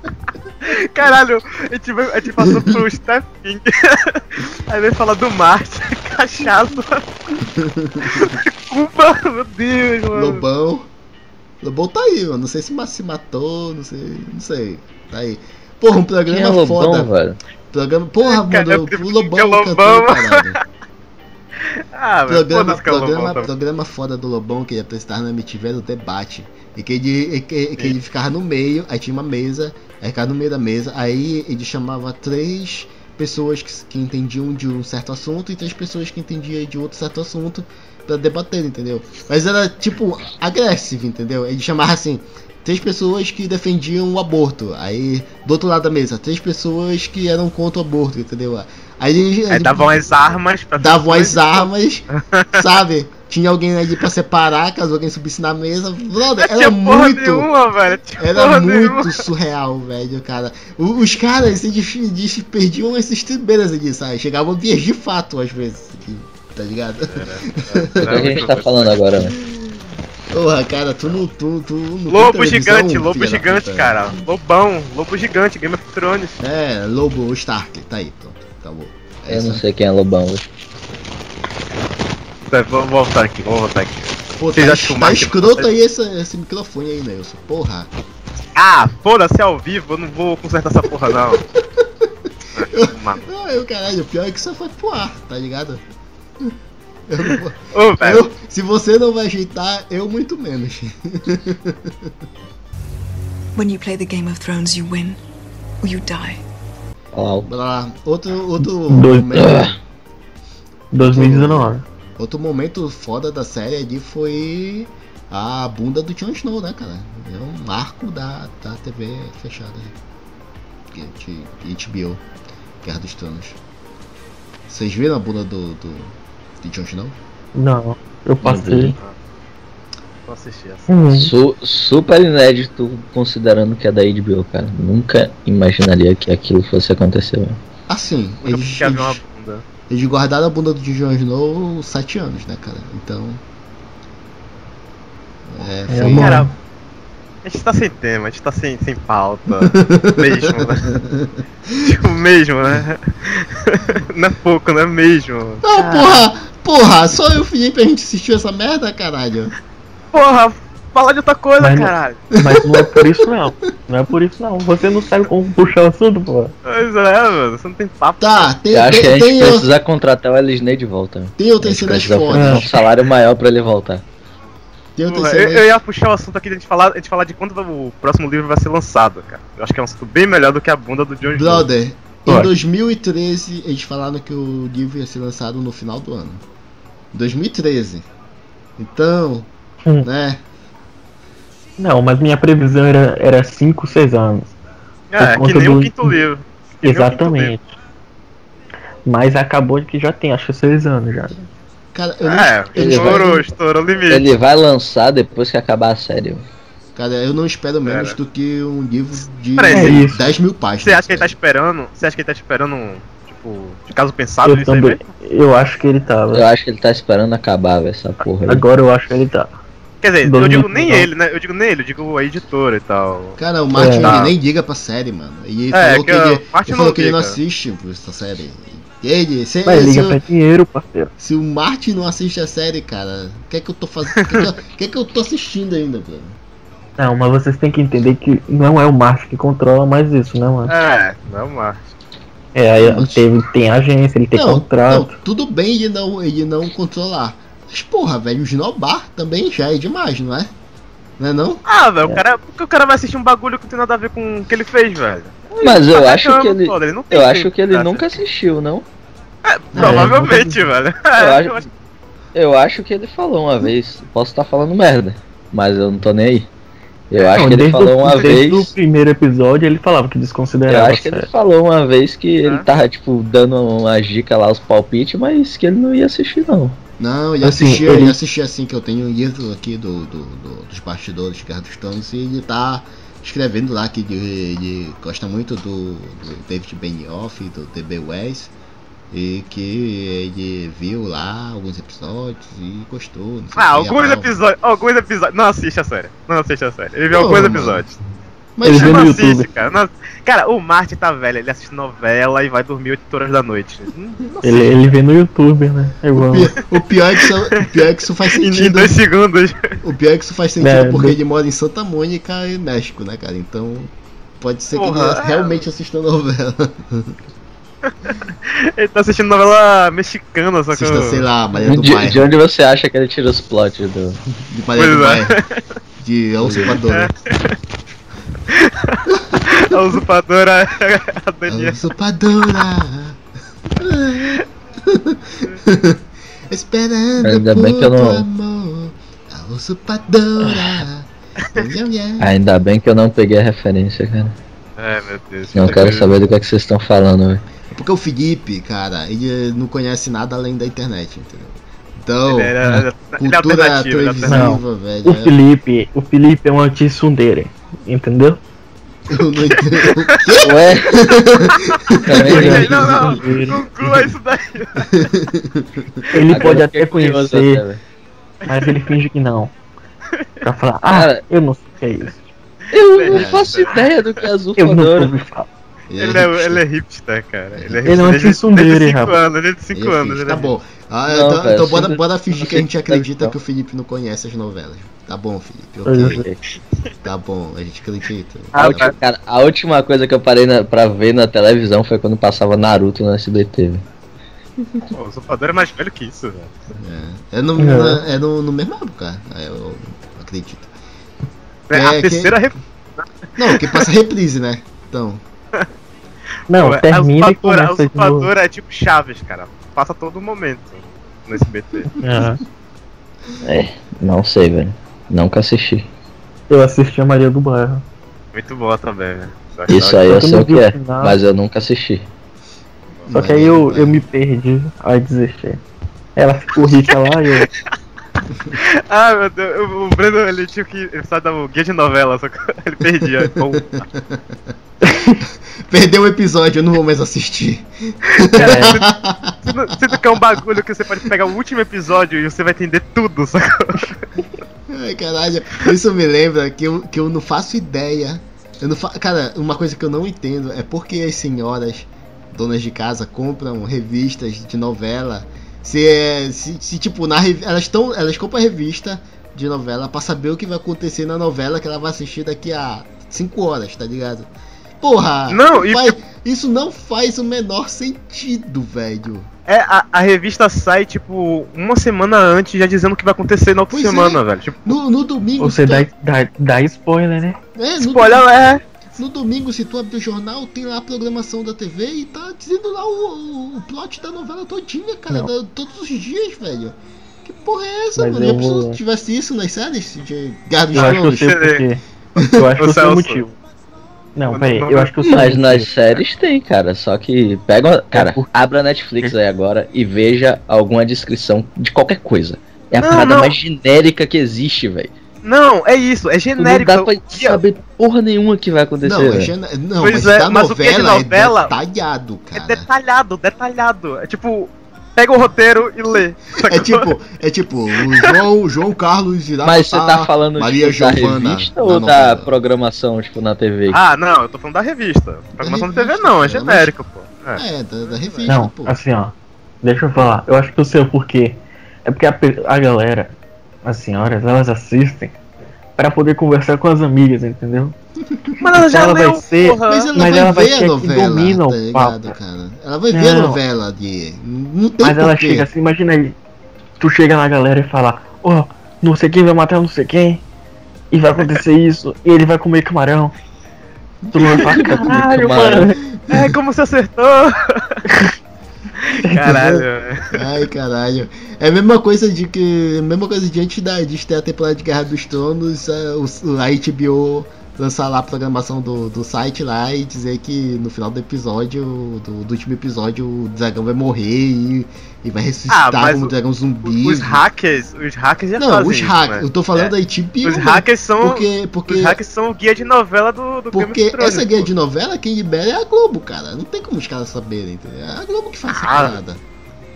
S4: Caralho, a gente, vai- a gente passou pro Stephen King. Aí vem falar do Marte, (laughs) cachaça. Cuba, meu Deus, mano.
S3: Lobão. Lobão tá aí, mano. Não sei se ma- se matou, não sei. Não sei. Tá aí. Porra, um
S6: Quem
S3: programa
S6: é Lobão,
S3: foda.
S6: velho?
S3: Programa. Porra,
S4: Cara,
S3: mano,
S4: eu-
S3: o Lobão
S4: que é
S3: cantou,
S4: Lobão?
S3: caralho.
S4: Ah, velho,
S3: Programa,
S4: foda-se que é Lobão
S3: programa,
S4: também.
S3: programa foda do Lobão que ia apresentar na MTV era o debate. E que ele, e que, e que ele
S4: É.
S3: ficava no meio, aí tinha uma mesa, aí ficava no meio da mesa, aí ele chamava três pessoas que, que entendiam de um certo assunto e três pessoas que entendiam de outro certo assunto pra debater, entendeu? Mas era tipo agressivo, entendeu? Ele chamava assim. Três pessoas que defendiam o aborto. Aí, do outro lado da mesa, três pessoas que eram contra o aborto, entendeu? Aí, ele-
S4: Aí davam as armas pra
S3: davam as armas, (laughs) sabe? Tinha alguém ali pra separar, caso alguém subisse na mesa. Brother,
S4: Tinha
S3: era
S4: porra
S3: muito.
S4: nenhuma, velho. Tinha
S3: Era
S4: porra nenhuma.
S3: muito surreal, velho, cara. O- Os caras se des- des- perdiam essas tribeiras ali, sabe? Chegavam a vias de fato às vezes. aqui, Tá ligado?
S4: É.
S6: Do que a gente tá falando agora, velho?
S3: (laughs) Porra, cara, tu não. Tu, tu não tem
S4: Lobo
S3: televisão,
S4: gigante, lobo
S3: filha da
S4: gigante,
S3: puta.
S4: cara. Lobão, lobo gigante, Game of Thrones.
S3: É, Lobo Stark, tá aí, pronto. Acabou. É
S6: Eu
S3: isso
S6: não
S3: aí.
S6: sei quem é Lobão. velho.
S4: Tá, vamos voltar aqui, vamos voltar aqui.
S3: Pô,
S4: Vocês
S3: tá,
S4: acham
S3: tá
S4: mais que-
S3: escroto aí esse, esse microfone aí, Nelson. Porra.
S4: Ah, foda-se é ao vivo, eu não vou consertar essa porra não.
S5: (laughs)
S4: Uma-
S3: Ai, o caralho, o pior é que só foi pro ar, tá ligado? Eu não vou-
S4: Ô, velho.
S3: eu- se você não vai ajeitar, eu muito menos.
S7: When you play the Game of Thrones, you win or you die.
S6: Uau.
S3: Bora lá. Outro, outro,
S5: Dois- Ah.
S3: momento,
S5: 2019.
S3: outro momento foda da série ali foi a bunda do Jon Snow, né, cara? É um marco da, da TV fechada. Que- de- de HBO, Guerra dos Tronos. Vocês viram a bunda do, do, do Jon Snow?
S5: Não, eu passei.
S4: Vou assistir essa.
S5: Hum,
S6: Su- super inédito, considerando que é da HBO, cara. Nunca imaginaria que aquilo fosse acontecer. velho.
S3: Assim,
S4: Eu
S3: eles,
S4: quero ver uma
S3: eles,
S4: bunda.
S3: Eles guardaram a bunda do Jon Snow sete anos, né, cara? Então. É,
S5: É,
S3: foi.
S5: mano.
S4: Cara, A gente tá sem tema, a gente tá sem, sem pauta.
S5: (laughs)
S4: mesmo, né? Tipo, mesmo, né? (laughs) Não é pouco, não é mesmo?
S3: Não,
S5: Ah.
S3: porra! Porra, só eu e o Felipe a gente assistiu essa merda, caralho.
S4: Porra, fala de outra coisa,
S5: Mas não-
S4: caralho.
S5: Mas não é por isso não. Não é por isso não. Você não sabe como puxar o assunto, pô.
S4: Pois é, mano, você não tem papo.
S3: Tá, tem,
S6: Eu acho que a
S3: tem,
S6: gente
S3: tem, o-
S6: precisa contratar o Elisney de volta.
S3: tem
S6: A
S3: outras
S6: gente
S3: cenas
S6: precisa oferecer
S3: fodas.
S6: um salário maior pra ele voltar.
S3: Tem outras
S4: Porra, é, eu,
S3: cenas.
S4: eu ia puxar o assunto aqui de a gente falar, a gente falar de quando o próximo livro vai ser lançado, cara. Eu acho que é um assunto bem melhor do que a bunda do John Snow.
S3: Brother, em
S5: Olha.
S3: 2013 eles falaram que o livro ia ser lançado no final do ano. 2013. Então,
S5: Hum.
S3: né?
S5: Não, mas minha previsão era 5, era 6 anos.
S4: É,
S5: por
S4: que
S5: conta
S4: nem o
S5: do-
S4: quinto livro. Que nem o quinto livro.
S5: Exatamente. Mas acabou de que já tem, acho que 6 anos já.
S3: Cara, eu não,
S4: É,
S3: eu não
S4: estourou,
S3: espero,
S4: estourou o limite.
S6: Ele vai lançar depois que acabar a série.
S3: cara, eu não espero menos
S4: Cara.
S3: do que um livro de
S4: Peraí,
S5: É isso.
S3: 10 mil páginas.
S4: Você acha que ele tá
S3: cara.
S4: esperando? Você acha que ele tá esperando um, tipo, de caso pensado
S5: Eu
S4: nisso aí
S5: também.
S4: mesmo?
S5: Eu acho que ele tava.
S6: Eu acho que ele tá esperando acabar velho, essa porra aí.
S5: Agora eu acho que ele tá.
S4: Quer dizer, eu
S5: Dois
S4: digo
S5: mil-
S4: nem
S5: não.
S4: ele, né? Eu digo nem ele, eu digo a editora e tal.
S3: Cara, o Martin
S5: É.
S3: ele
S4: Tá.
S3: nem liga pra série, mano. E ele
S4: É,
S3: falou que,
S4: que o
S3: ele,
S4: Martin
S3: ele falou
S4: não
S3: que ele não
S4: liga.
S3: assiste essa série. Ele, se,
S5: Mas
S3: se,
S5: liga pra dinheiro, parceiro.
S3: se o Martin não assiste a série, cara, o que é que eu tô fazendo? O que, é que eu- o que é que eu tô assistindo ainda, mano?
S5: Não, mas vocês têm que entender que não é o Márcio que controla mais isso, né, mano?
S4: É, não é o Marte.
S5: É, aí teve, tem agência, ele tem contrato.
S3: não, tudo bem ele não, ele não controlar. Mas porra, velho, esnobar também já é demais, não é? Não é não?
S4: Ah, velho, o cara. Por que o cara vai assistir um bagulho que não tem nada a ver com o que ele fez, velho?
S6: Mas eu
S4: Tá
S6: acho que
S4: cagando
S6: ele.
S4: foda, não tem
S6: Eu acho que ele
S4: cara.
S6: nunca assistiu, não?
S4: Provavelmente, velho.
S6: Eu
S4: É,
S6: acho- Eu acho que ele falou uma vez. Posso estar falando merda, mas eu não tô nem aí. Eu acho
S5: É, Não,
S6: que ele
S5: desde
S6: falou
S5: o-
S6: uma
S5: desde
S6: vez.
S5: o primeiro episódio ele falava que
S6: Eu
S5: desconsiderava.
S6: acho que ele
S5: sério.
S6: falou uma vez que ele
S4: Ah.
S6: tava, tipo, dando umas dicas lá, os palpites, mas que ele não ia assistir, não.
S3: Não, ele
S5: Assim,
S3: assistia,
S5: ele-
S3: ele assistia assim que eu tenho um livro aqui do, do- do- dos bastidores de Guerra dos Tronos e ele tá escrevendo lá que ele, ele gosta muito do, do David Benioff, e do DB Wells e que ele viu lá alguns episódios e gostou. não sei é o
S4: (laughs) Ah,
S3: que,
S4: alguns
S3: blá, blá.
S4: episódios. Alguns episódios. Não assiste a série. Não assiste a série. Ele viu
S3: Pô,
S4: alguns
S3: mano.
S4: episódios.
S3: Mas
S5: Ele
S4: Ele
S5: vê
S4: não
S5: no
S4: assiste,
S5: YouTube.
S4: cara. Não- Cara, o Marte tá velho, ele assiste novela e vai dormir 8 horas da noite.
S5: Ele, ele vê no YouTube, né? Eu amo.
S3: o, pior é que isso, o pior é que isso
S4: (laughs)
S3: faz
S4: Em, em
S3: sentido.
S4: dois segundos.
S3: O pior é que isso faz sentido
S5: É,
S3: porque
S5: do-
S3: ele mora em Santa Mônica e México, né, cara? Então pode ser que
S4: Porra,
S3: ele
S4: é.
S3: realmente assista a novela.
S4: Ele tá assistindo novela mexicana, só que.
S3: Assista, sei lá,
S5: Um
S3: Maria do
S6: De, de
S3: Bairro,
S6: onde você acha que ele tira os plots do.
S3: de Maria do
S4: Pois é.
S3: Bairro, de El
S4: (laughs)
S3: Supadora.
S4: A usurpadora. (laughs) A Daniela.
S3: El
S4: (laughs)
S3: Supadora! Esperando
S6: Ainda
S3: por
S6: bem que eu não-
S3: teu amor, a usurpadora. Nham, nham.
S6: (laughs) Ainda bem que eu não peguei a referência, cara.
S4: É, meu Deus.
S6: Não quero saber do que, é que vocês estão falando, velho.
S3: Porque o Felipe, cara, ele não conhece nada além da internet, entendeu? Então,
S4: Ele era, ele era
S3: cultura
S4: alternativo, ele era alternativo.
S3: televisiva,
S5: O
S3: velho, é-
S5: Felipe, o Felipe é um anti-sundere, entendeu?
S3: eu não (laughs) entendo.
S6: Ué? (laughs) Também não.
S4: Não, não, não inclua isso daí.
S5: Ele
S6: Agora
S5: pode
S6: eu
S5: até
S6: fiquei curioso até,
S5: conhecer,
S6: velho.
S5: mas ele finge que não. Pra falar, ah,
S6: Cara,
S5: eu não sei o que é isso.
S6: Eu não faço ideia do que é azul
S5: Eu nunca
S6: Fodora.
S5: ouvi falar.
S4: Ele é, ele é hipster, cara. Ele é
S5: Ele é um
S4: desde-
S5: anti-tsundere,
S4: desde cinco
S5: rapaz.
S4: anos, Desde 5
S3: Eu
S4: anos.
S3: fiz,
S4: ele
S3: Tá
S4: é-
S3: bom. Ah,
S6: Não,
S3: então
S6: velho, tá-
S3: então
S6: eu
S3: bora,
S6: sempre-
S3: bora
S6: eu
S3: fingir que a
S6: sempre
S3: gente
S6: acredito,
S3: acredita
S6: não.
S3: que o Felipe não conhece as novelas. Tá bom, Felipe.
S5: Eu
S3: Ok,
S5: sei.
S3: tá bom, a gente acredita.
S6: A
S3: Tá
S6: última,
S3: bom.
S6: cara, a última coisa que eu parei na, pra ver na televisão foi quando passava Naruto no SBT, velho.
S4: Pô, o usurpador é mais velho que isso, velho.
S3: É, é no,
S5: Não.
S3: na- é no, no mesmo álbum, cara. É, Eu acredito.
S4: É,
S3: É,
S4: a
S3: que-
S4: terceira re...
S3: Não, porque passa reprise, né? Então,
S5: Não,
S4: Ué,
S5: termina
S4: a
S5: e
S4: usurpadora, a
S5: começa de novo.
S4: usurpadora é tipo Chaves, cara. Passa a todo momento no SBT.
S5: Ah,
S6: Não sei, velho. Nunca assisti.
S5: eu assisti a Maria do Bairro.
S4: Muito boa também, velho. Só que
S6: Isso
S4: não-
S6: aí eu
S5: Eu
S6: sei
S5: não
S6: o
S5: vi
S6: que
S5: o
S6: é,
S5: final.
S6: mas eu nunca assisti.
S5: Só
S3: é
S5: que aí
S3: né?
S5: eu, eu me perdi, aí desisti. Ela ficou rica lá e eu.
S4: Ah, meu Deus, o o Breno, ele tinha que. Ele precisava dar o guia de novela, só que (laughs) ele um- perdia. Bom,
S3: Perdeu o episódio, eu não vou mais assistir.
S5: É,
S4: você não- Sendo que é um bagulho que você pode pegar o último episódio e você vai entender tudo, sacou?
S3: Ai, caralho, isso me lembra que eu, que eu não faço ideia. Eu não fa... Cara, uma coisa que eu não entendo é por que as senhoras, donas de casa, compram revistas de novela. Se, é- se, se, tipo, na revi- elas, tão, elas compram a revista de novela pra saber o que vai acontecer na novela que ela vai assistir daqui a 5 horas, tá ligado? Porra!
S4: Não, e- tipo-
S3: faz- isso não faz o menor sentido, velho.
S4: É, a, a revista sai, tipo, uma semana antes já dizendo o que vai acontecer na outra
S3: Pois é.
S4: semana, velho. Tipo,
S3: No, no
S4: (laughs)
S3: domingo.
S5: Você
S3: se tu-
S5: dá, dá, dá spoiler, né?
S3: É, no,
S4: spoiler é.
S3: No domingo, se tu abrir o jornal, tem lá a programação da TV e tá dizendo lá o, o- o plot da novela todinha, cara, da- todos os dias, velho. Que porra é essa,
S5: Mas
S3: mano?
S5: eu
S3: Já pensou
S5: vou-
S3: se tivesse isso nas séries de Guerra dos
S5: Eu acho que eu
S3: Tronos?
S5: sei o
S4: Você-
S5: porquê. Eu acho que eu
S4: Ô,
S5: sei o
S4: Celso.
S5: motivo. Não,
S4: Não,
S5: peraí,
S4: não,
S5: eu
S4: não.
S5: acho que eu sei
S6: Mas
S5: o
S6: nas
S5: motivo.
S6: séries tem, cara. Só que pega. uma- Cara,
S5: por-
S6: abra a Netflix aí agora e veja alguma descrição de qualquer coisa. É a
S4: Não,
S6: parada
S4: não.
S6: mais genérica que existe, velho.
S4: Não, é isso, é
S6: Não
S4: genérico.
S6: dá pra
S4: E, ó,
S6: saber porra nenhuma que vai acontecer.
S5: né?
S3: Não, é
S6: velho.
S3: gena- não
S4: Pois
S3: mas
S4: é,
S3: da
S4: mas o que é de
S3: novela,
S4: novela?
S3: é detalhado,
S4: É
S5: tá, né?
S3: cara.
S4: detalhado, detalhado. É tipo, pega o roteiro e lê.
S3: É, tipo, é tipo, o João, João Carlos irá
S6: Mas você tá
S3: matar
S6: falando
S3: Maria
S6: tipo, da
S3: Giovanna
S6: revista
S3: na
S6: ou da
S3: novela.
S6: programação, tipo, na TV?
S4: Ah, não, eu tô falando da revista. Programação da TV
S3: revista,
S4: não, é
S3: cara, mas-
S4: genérico, pô.
S3: (laughs)
S4: É.
S3: É, da, da revista,
S5: Não,
S3: pô.
S5: assim, ó. Deixa eu falar. Eu acho que eu sei o porquê. É porque a, pe- a galera, as senhoras, elas assistem pra poder conversar com as amigas, entendeu?
S4: Mas ela já
S5: Ela vai
S4: leu,
S5: ser-
S4: porra.
S3: Mas ela
S5: Mas
S3: vai
S5: ela vai
S3: ver
S5: ter
S3: a
S5: que
S3: novela,
S5: domina o
S3: tá ligado,
S5: papo.
S3: cara? Ela vai ver a
S5: Não.
S3: novela de. Não tem
S5: Mas ela
S3: porquê.
S5: chega assim, imagina aí. Tu chega na galera e fala, ó, não sei quem vai matar não sei quem. E
S3: (laughs)
S5: vai acontecer isso. E ele vai comer camarão. Tu não vai falar, caralho,
S6: camarão."
S5: mano.
S4: É como você acertou.
S5: (laughs)
S4: Caralho. né?
S3: Ai, caralho. É a mesma coisa de que. é a mesma coisa de antes da de ter a temporada de Guerra dos Tronos, a, o- a HBO lançar lá a programação do, do site lá e dizer que no final do episódio, do, do último episódio, o dragão vai morrer e, e vai ressuscitar
S4: Ah, mas
S3: como
S4: o-
S3: dragão zumbi.
S4: Os hackers, os hackers já
S3: Não,
S4: fazem
S3: os
S4: isso,
S3: hackers.
S4: né?
S3: Eu tô falando da
S4: É.
S3: HBO.
S4: Os
S3: mano,
S4: hackers são.
S3: Porque, porque,
S4: Os hackers são o guia de novela do, do Game
S3: porque
S4: of Thrones,
S3: essa guia
S4: pô.
S3: de novela, quem libera é a Globo, cara. Não tem como os caras saberem, entendeu? É a Globo que faz essa
S4: Ah.
S3: parada.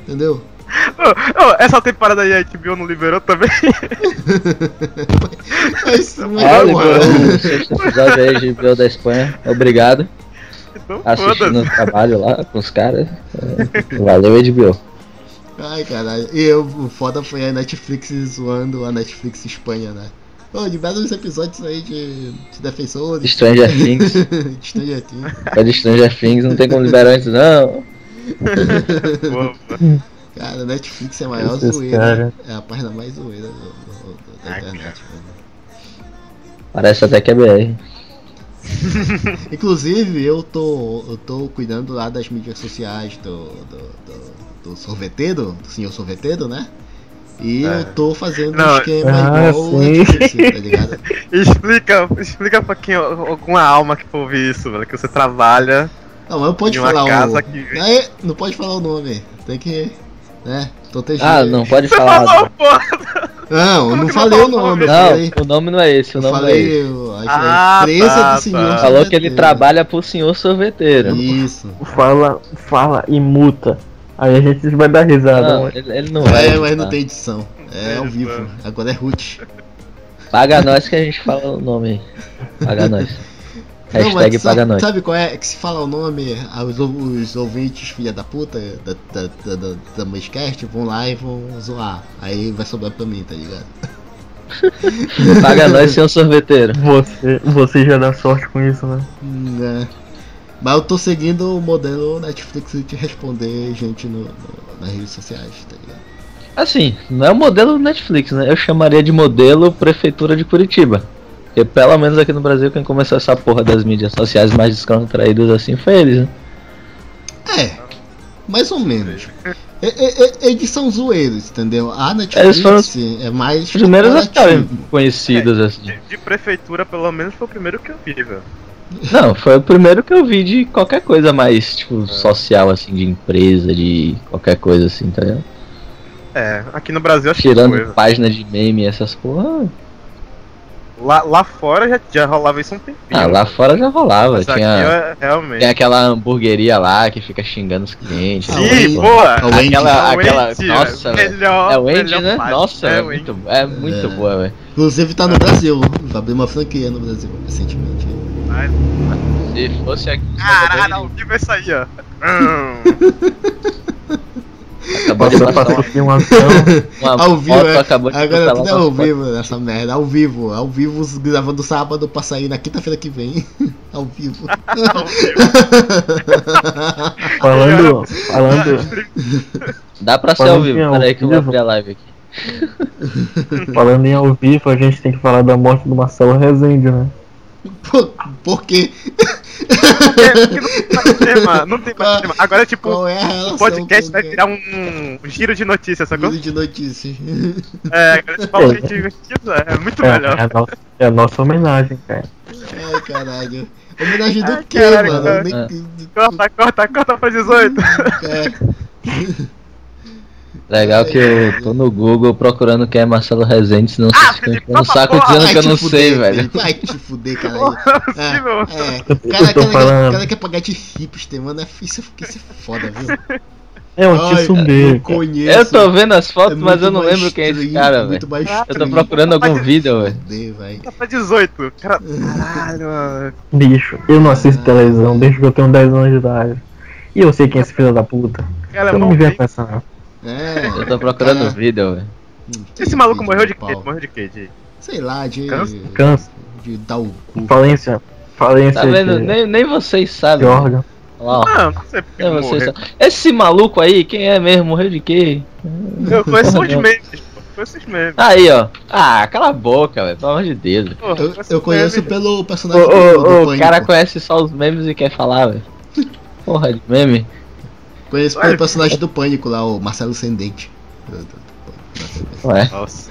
S3: Entendeu? (laughs)
S4: Ô, ô, essa temporada aí a HBO não liberou também? (laughs)
S3: Mas, mas não,
S6: Ah, liberou o sexto episódio aí de HBO da Espanha. Obrigado.
S4: Então
S6: Assistindo
S4: foda-se.
S6: o trabalho lá com os caras. É, Valeu, HBO.
S3: Ai, caralho. E eu, o foda foi a Netflix zoando a Netflix Espanha, né? Pô, libera uns episódios aí de, de defensores,
S5: é.
S6: Stranger Things.
S3: (laughs) de Stranger Things.
S6: É de Stranger Things, não tem como liberar antes, não.
S4: Boa, boa.
S3: Cara, a Netflix é a maior
S5: Esses
S3: zoeira.
S5: cara.
S3: É a página mais zoeira do- do- do- da internet, né? mano.
S6: Parece até que é BR.
S3: Inclusive, eu tô, eu tô cuidando lá das mídias sociais do, do, do, do sorveteiro, do senhor sorveteiro, né? E
S4: É.
S3: eu tô fazendo um
S4: Não,
S3: esquema
S5: ah,
S3: igual o
S5: sim.
S3: Netflix, tá ligado?
S4: Explica, explica pra quem, alguma alma que for ouvir isso, velho. Que você trabalha
S3: Não, mas não pode
S4: em uma
S3: falar um o-
S4: casa que.
S3: Aí, não é pode falar o nome. Tem que. Né? Tô testando.
S6: Ah, não pode
S4: Você
S6: falar.
S4: falou, porra!
S3: Não, eu
S4: Como
S3: não
S4: que
S3: falei
S4: não
S3: o
S4: fala o
S3: nome.
S4: nome?
S3: Eu
S6: Não,
S3: falei.
S6: o nome não é esse, o
S3: Eu
S6: nome não é esse.
S3: falei. eu- a
S4: Ah,
S3: empresa
S4: tá,
S3: do senhor.
S4: tá.
S6: Falou que ele
S3: sorveteiro.
S6: trabalha né, pro senhor sorveteiro.
S3: Isso.
S5: Fala, fala e muta. Aí a gente vai dar risada,
S6: Não,
S5: mano.
S6: ele, ele não vai.
S3: tá É, mas não
S6: tá?
S3: tem edição. É ao vivo. Agora é root.
S6: Paga nós que a gente fala o nome.
S3: (laughs)
S6: Paga nós.
S3: Não, mas
S6: Hashtag paga
S3: sabe,
S6: nós.
S3: sabe qual é? Que se falar o nome, ah, os, ou- os ouvintes, filha da puta, da, da, da, da, da Muscast, vão lá e vão zoar. Aí vai sobrar pra mim, tá ligado?
S6: Paga nós, senhor sorveteiro.
S5: Você, você já dá sorte com isso, né?
S3: Hum, é. Mas eu tô seguindo o modelo Netflix de responder gente no, no- nas redes sociais, tá ligado?
S6: Assim, não é o modelo do Netflix, né? Eu chamaria de modelo Prefeitura de Curitiba. Porque pelo menos aqui no Brasil quem começou essa porra das mídias sociais mais descontraídas assim foi eles, né?
S3: É, mais ou menos. E- e- e- Eles são zoeiros, entendeu? A Netflix
S6: Eles foram
S3: é mais.
S6: Os primeiros a ficarem
S3: corporativo.
S6: conhecidos assim.
S4: De, de prefeitura, pelo menos, foi o primeiro que eu vi, velho.
S6: Não, foi o primeiro que eu vi de qualquer coisa mais, tipo, social, assim, de empresa, de qualquer coisa assim, tá ligado?
S4: É, aqui no Brasil acho que foi,
S6: Tirando
S4: velho.
S6: página de meme e essas porra.
S4: Lá, lá fora já, já rolava isso um tempinho.
S6: Ah, lá fora já rolava.
S4: Mas aqui
S6: Tinha,
S4: é- realmente.
S6: tem aquela hamburgueria lá que fica xingando os clientes.
S3: Sim,
S6: né,
S4: Ih,
S6: pô?
S4: boa!
S3: É o Wendy.
S6: Aquela,
S4: É o
S6: aquela,
S4: Wendy,
S6: nossa,
S4: velho.
S6: velho.
S4: Melhor-
S6: é o Wendy,
S4: melhor
S6: né?
S4: parte.
S6: Nossa,
S4: É
S6: é,
S4: o Wendy.
S6: muito, é muito
S3: É.
S6: boa, velho.
S3: Inclusive tá no Brasil. Abriu uma franquia no Brasil recentemente.
S4: Ai,
S6: Se fosse aqui,
S4: Caralho, ao vivo é isso aí,
S6: (laughs)
S4: ó. Hum.
S6: acabou de
S5: Passou
S6: passar
S5: passou
S6: uma,
S5: de um ação.
S6: uma
S3: ao vivo,
S6: foto,
S3: é.
S6: acabou de
S3: Agora
S6: passar
S3: tudo é
S6: uma
S3: ao
S6: foto.
S3: vivo essa merda. Ao vivo, ao vivo, os- gravando sábado pra sair na quinta-feira que vem. (laughs) ao vivo.
S4: Ao vivo.
S5: Falando.
S4: (laughs)
S5: Falando.
S6: Dá pra ser
S5: Falando
S6: ao vivo,
S5: que é ao
S6: peraí que eu vou
S5: vivo.
S6: abrir a live aqui.
S5: Falando em ao vivo, a gente tem que falar da morte do Marcelo Rezende, né?
S3: (laughs) Por, por quê?
S4: É, porque não tem mais tema, não tem mais
S3: Qual-
S4: tema. Agora, tipo,
S3: Qual é a
S4: o
S3: relação?
S4: podcast
S3: com-
S4: vai virar um, um giro de notícias, sacou?
S3: Giro de notícias. (laughs)
S4: É, agora a gente fala o que a gente quiser, é muito
S5: É,
S4: (laughs) melhor.
S5: é a nossa, é a nossa homenagem, cara.
S3: Ai, caralho. Homenagem do
S4: Ai,
S3: quê,
S4: caralho,
S3: mano?
S4: cara.
S6: É.
S3: Nem-
S4: Corta, corta, corta
S3: (laughs)
S4: pra 18.
S3: É,
S6: Legal que eu tô no Google procurando quem é Marcelo Rezende, senão
S4: Ah,
S6: vocês ficam
S4: Felipe,
S6: enchendo o
S4: só
S6: saco
S4: pra porra,
S6: dizendo que eu
S3: te
S6: não
S3: fuder,
S6: sei,
S3: Felipe.
S6: velho.
S3: Vai te
S4: (laughs)
S3: fuder,
S4: Não
S3: caralho.
S4: é possível.
S3: É,
S5: Eu
S3: cara,
S5: tô
S3: cara,
S5: falando.
S3: cara quer pagar de hipster, mano. É- Isso, é- isso é foda, viu?
S5: É um
S3: Ai,
S5: tio
S3: não
S5: sumir.
S3: conheço.
S6: Eu tô vendo as
S3: É
S6: fotos, mas eu
S3: muito
S6: não
S3: mais
S6: lembro quem é esse
S3: stream,
S6: cara, velho.
S3: muito mais
S6: Eu tô
S3: stream.
S6: procurando algum vídeo, velho.
S3: Fudeu, vai.
S4: Corta pra 18. Cara, caralho, mano.
S5: Bicho, eu não
S3: Ah.
S5: assisto televisão desde que eu tenho 10 anos de idade. E eu sei quem é esse filho da puta.
S4: Cara, é
S5: Então
S4: não
S5: não me venha
S4: vi.
S5: com essa, não.
S3: É.
S6: Eu tô procurando
S4: Ah.
S3: cara,
S6: vídeo, velho.
S4: Esse maluco
S3: filho
S4: morreu de
S3: pau.
S4: quê? Morreu de quê? De...
S3: Sei lá, de.
S4: Câncer?
S5: Câncer.
S3: De dar o cu.
S5: Falência. Falência
S6: Tá vendo?
S5: de,
S6: Nem, nem vocês
S5: de
S6: sabem. velho.
S5: órgão.
S6: Olha lá, ó.
S4: Ah, não sei porque
S6: Nem
S4: que
S6: vocês
S4: morreu.
S6: sabem. Esse maluco aí, quem é mesmo? Morreu de quê?
S4: Eu conheço uns memes, pô. Conheço uns memes.
S6: Aí, ó. Ah, cala a boca, velho. Pelo amor de Deus.
S4: Porra,
S3: Eu,
S4: esses
S3: eu conheço
S4: memes.
S3: pelo personagem do, do
S6: Ô, ô, ô, o
S3: Pânico.
S6: cara conhece só os memes e quer falar, velho. Porra de meme.
S3: Conheço
S4: Olha.
S3: pelo personagem do Pânico lá, o Marcelo Sendente.
S6: Ué.
S4: Nossa.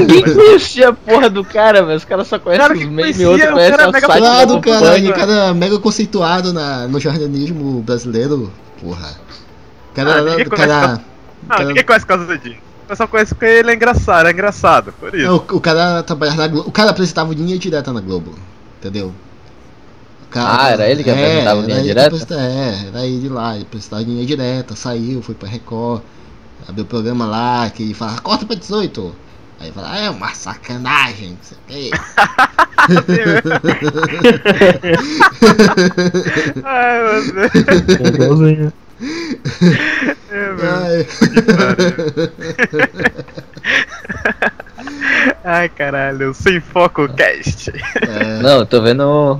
S6: Ninguém conhecia a porra do cara, velho. Os caras só conhecem
S4: Cara,
S6: os
S4: que
S6: memes e
S4: conhecia,
S6: outro
S4: o
S6: conhece é
S4: cara
S6: o
S4: mega
S6: site
S4: falado,
S6: do
S3: Claro, caralho,
S6: Pânico.
S3: o cara mega conceituado na, no jornalismo brasileiro. Porra. O
S4: Ah,
S3: cara.
S4: ninguém
S3: o cara
S4: Ah, ninguém conhece o caso do Dinho. Eu só conheço porque ele é engraçado, é engraçado, por isso.
S3: não, o, o cara trabalhava na Globo. O cara apresentava linha direta na Globo. Entendeu? O É,
S6: Ah, era ele que apresentava
S3: era
S6: Linha
S3: ele que
S6: Direta?
S3: apresenta- é, era ele lá, ele apresentava linha direta, saiu, foi pra Record, abriu o programa lá, que ele fala, corta pra 18. Aí fala, ah, é uma sacanagem, não sei o quê.
S4: Ai, meu Deus.
S5: É igualzinho.
S3: (laughs) Ai,
S4: Ai, caralho, sem foco cast.
S3: é,
S6: Não, eu tô vendo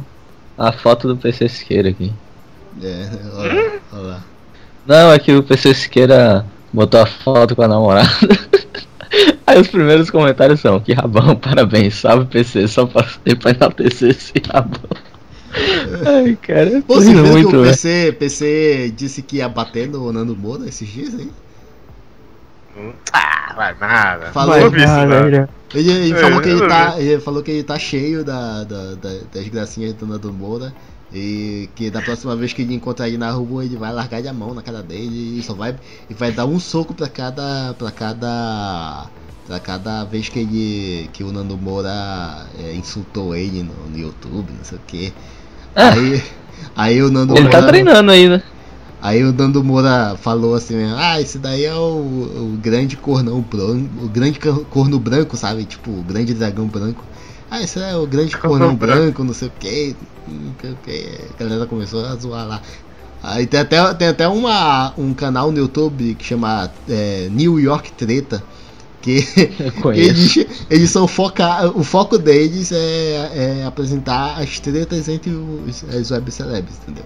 S6: a foto do PC Siqueira aqui.
S3: é, olha, lá, olha lá.
S6: Não, é que o PC Siqueira botou a foto com a namorada. (laughs) Aí os primeiros comentários são: Que rabão, parabéns, salve PC, só passei pra enaltecer esse
S4: (laughs)
S6: rabão. Ai, cara, eu
S3: Pô,
S6: tô
S3: você
S6: rindo
S3: viu que
S6: é muito,
S3: o
S6: velho.
S3: PC, PC disse que ia bater no Nando Moura esses dias, hein?
S4: Ah, vai nada.
S3: Falou.
S4: Não vi isso,
S5: Mas,
S4: não.
S5: olha,
S3: Ele, ele
S4: É,
S3: falou que ele
S4: eu
S3: tá, ele falou que ele tá cheio da, da- da- das gracinhas do Nando Moura e que da próxima vez que ele encontrar ele na rua ele vai largar ele a mão na cara dele e só vai e vai dar um soco pra cada para cada para cada vez que ele que o Nando Moura é, insultou ele no, no YouTube, não sei o que.
S6: Ah.
S3: Aí aí o Nando
S6: Ele tá
S3: Moura
S6: treinando aí, né?
S3: Aí o Nando Moura falou assim, ah, esse daí é o, o grande cornão branco, o grande cor- corno branco, sabe? Tipo, o grande dragão branco. Ah, esse é o grande cornão branco, não sei o que, não sei o que. A galera começou a zoar lá. Aí tem até, tem até uma, um canal no YouTube que chama é, New York Treta, que
S6: Eu conheço.
S3: eles, eles são foca o foco deles é, é apresentar as tretas entre os, as web celebs, entendeu?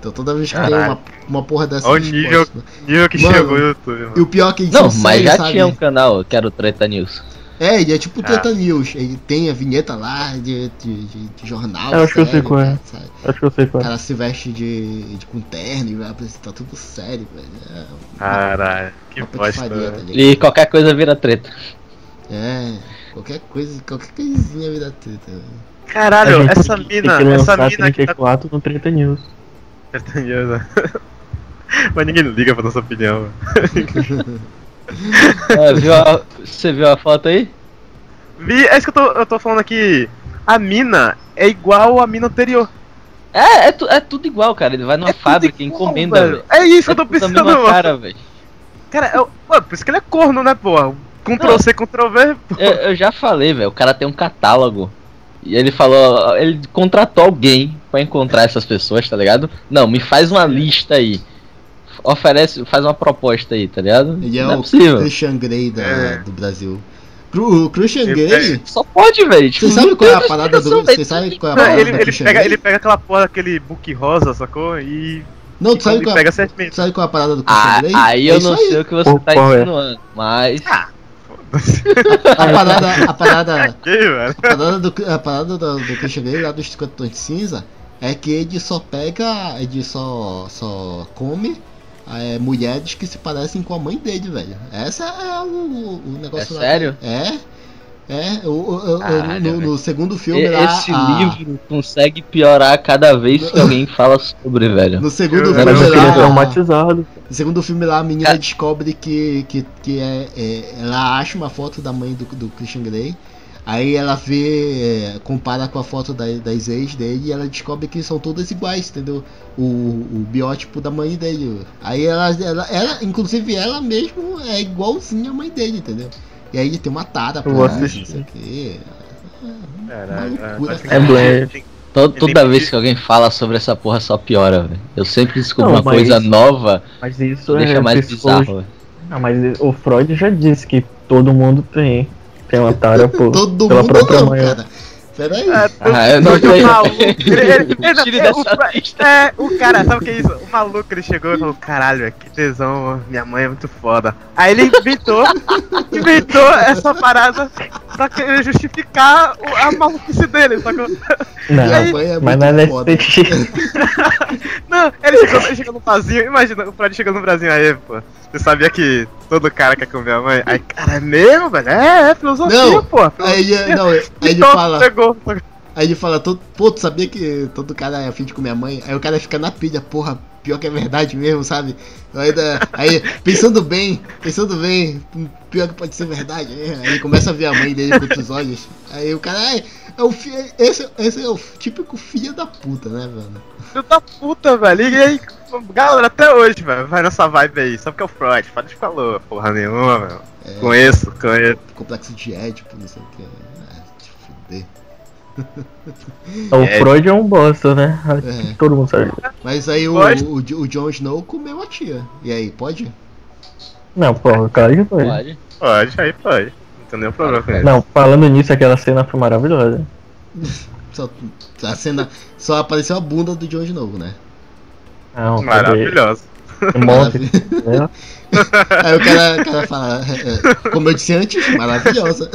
S3: Então toda vez que tem
S4: Caralho.
S3: uma, uma porra dessa
S4: Olha o nível.
S3: postam.
S4: Nível que
S3: Mano,
S4: chegou no YouTube,
S3: E
S4: mano.
S3: o pior é que eles
S6: Não,
S3: são
S6: mas
S3: sérios,
S6: já
S3: sabe?
S6: tinha um canal, que era o Treta News.
S3: É, ele é tipo o
S4: Ah.
S3: Treta News, ele tem a vinheta lá de, de, de- de jornal,
S5: Eu acho que eu sei
S3: sério,
S5: qual é.
S3: sabe?
S5: Acho que eu sei
S3: O
S5: qual é.
S3: cara se veste de, de com terno e vai apresentar tudo sério, velho. É uma
S4: Caralho, que bosta.
S3: patifaria, tá
S4: né?
S3: ligado?
S6: E qualquer coisa vira treta.
S3: É, qualquer coisa, qualquer coisinha vira treta, né? velho.
S5: A
S4: Caralho,
S5: gente
S4: essa
S5: tem que-
S4: mina,
S5: tem que é
S4: essa
S5: lançar
S4: mina que tá
S5: 34 no 30 News.
S4: (laughs) sertaneja. Mas ninguém liga pra nossa opinião. mano.
S6: É, Ah, viu a- Você viu a foto aí?
S4: Vi, é isso que eu tô, eu tô falando aqui. A mina é igual à mina anterior.
S6: É, é, tu- é tudo igual, cara. Ele vai numa
S4: É tudo
S6: fábrica,
S4: igual,
S6: encomenda,
S4: velho.
S6: velho.
S4: É isso que eu tô
S6: tudo a
S4: pensando,
S6: mesma
S4: mano.
S6: cara, velho.
S4: Cara, é, o- pô, por isso que ele é corno, né, porra? Ctrl C, Ctrl V. pô. (laughs)
S6: Eu, eu já falei, velho. O cara tem um catálogo. E ele falou, ele contratou alguém pra encontrar essas pessoas, tá ligado? Não, me faz uma lista aí. Oferece, faz uma proposta aí, tá ligado?
S3: Ele é
S6: Não é
S3: o
S6: possível.
S3: Christian Grey da-
S4: É.
S3: do Brasil. Cru- o Christian
S4: Ele
S3: Grey.
S6: Só pode, velho. Tipo,
S3: Vocês sabem
S6: não
S3: qual é
S6: tem
S3: a
S6: outra
S3: parada do.
S6: explicação,
S3: Vocês
S6: velho.
S3: sabem qual é a
S4: Não,
S3: parada
S4: ele,
S3: do
S4: ele,
S3: Christian
S4: pega,
S3: Grey?
S4: ele pega aquela porra, aquele book rosa, sacou? E.
S3: Não,
S4: e
S3: tu sabe
S4: ele
S3: qual, é-
S4: pega certinho.
S3: tu sabe qual é a parada do Christian
S6: Ah,
S3: Grey?
S6: aí eu
S3: É
S6: não
S3: isso aí.
S6: sei o que você
S5: Pô,
S6: tá
S5: qual é?
S6: insinuando, mas.
S3: A parada, a parada,
S4: Que, velho?
S3: a parada do, a parada do, do Christian Grey lá dos 50 tons de cinza é que ele só pega, ele só, só come é, mulheres que se parecem com a mãe dele, velho. Essa é o, o negócio
S6: É
S3: lá.
S6: sério?
S3: É. É, o, o- o-
S6: Caralho,
S3: no, no
S6: velho.
S3: segundo
S6: E-
S3: filme lá.
S6: Esse
S3: a-
S6: livro consegue piorar cada vez que alguém fala sobre, velho.
S3: No segundo
S4: Eu-
S5: Cara,
S3: filme
S5: eu fiquei
S3: lá.
S5: traumatizado.
S3: No segundo filme lá, a menina
S6: Cara-
S3: descobre que, que, que é, é- ela acha uma foto da mãe do, do Christian Grey. Aí ela vê, é, compara com a foto da- das ex dele e ela descobre que são todas iguais, entendeu? O, o biótipo da mãe dele. Aí ela, ela, ela, inclusive ela mesmo é igualzinha à mãe dele, entendeu? E aí ele tem uma tara
S5: Eu vou
S3: isso,
S5: assistir.
S3: não sei o quê.
S4: Caralho,
S3: Loucura,
S4: é,
S3: cara.
S5: Blair.
S6: To-
S4: nem
S6: toda vez
S4: precisa.
S6: que alguém fala sobre essa porra, só piora, velho. Eu sempre descubro
S5: Não,
S6: uma
S5: mas-
S6: coisa nova
S5: Mas isso
S6: que deixa
S5: é
S6: mais
S5: psicologia.
S6: bizarro, velho.
S5: Ah, mas o Freud já disse que todo mundo tem. Tem uma tara por,
S3: Todo
S5: pela
S3: mundo
S5: própria
S3: não,
S5: mãe.
S3: cara. Peraí.
S4: É, tu-
S6: Ah, eu não
S4: tu- tu
S6: sei.
S4: maluco. Ele- ele-
S6: (laughs)
S4: ele-
S6: Tire
S4: ele- o-
S6: dessa lista.
S4: É, o cara, sabe o que é isso? O maluco ele chegou e falou: caralho, é que tesão, minha mãe é muito foda. Aí ele inventou, (laughs) inventou essa parada pra querer justificar o- a maluquice dele, sacou?
S5: Não,
S3: Minha mãe é
S5: mas
S3: muito
S5: não é nesse
S3: foda.
S5: sentido.
S4: Não, ele chegou, ele chegou no Brasil, imagina, o Fred chegando no Brasil aí, pô. Você sabia que todo cara quer comer a mãe? Aí, cara, é mesmo, velho? É, é filosofia,
S3: Não,
S4: pô.
S3: Aí, é, não, aí ele
S4: Então,
S3: fala.
S4: Chegou, sacou?
S3: Aí ele fala, todo, pô, tu sabia que todo cara é afim de comer a mãe? Aí o cara fica na pilha, porra, pior que é verdade mesmo, sabe? Eu ainda- aí, pensando bem, pensando bem, pior que pode ser verdade, né? Aí ele começa a ver a mãe dele com outros olhos. Aí o cara, ai, é o fi- esse, esse é o típico filho da puta, né, mano?
S4: Filho da puta, velho. E aí, galera, até hoje, velho, vai nessa vibe aí. Só porque é o Freud, Freud falou, porra nenhuma, meu. Conheço, conheço.
S3: Complexo de édipo, não sei o que. Ah, te fuder.
S5: O
S4: É.
S5: Freud é um bosta, né?
S3: É.
S5: Todo mundo sabe.
S3: Mas aí o,
S4: Pode?
S3: o, o Jon Snow comeu a tia. E aí, pode?
S5: Não, pô, claro que foi.
S6: Pode.
S4: Pode, aí pode. Não tem nenhum problema com isso.
S5: Não, falando nisso, aquela cena foi maravilhosa.
S3: Só, a cena, só apareceu a bunda do Jon Snow, né?
S5: Não, foi
S4: Maravilhoso.
S5: de- monte, né?
S3: Aí o cara, o cara fala, é, é, como eu disse antes, maravilhosa.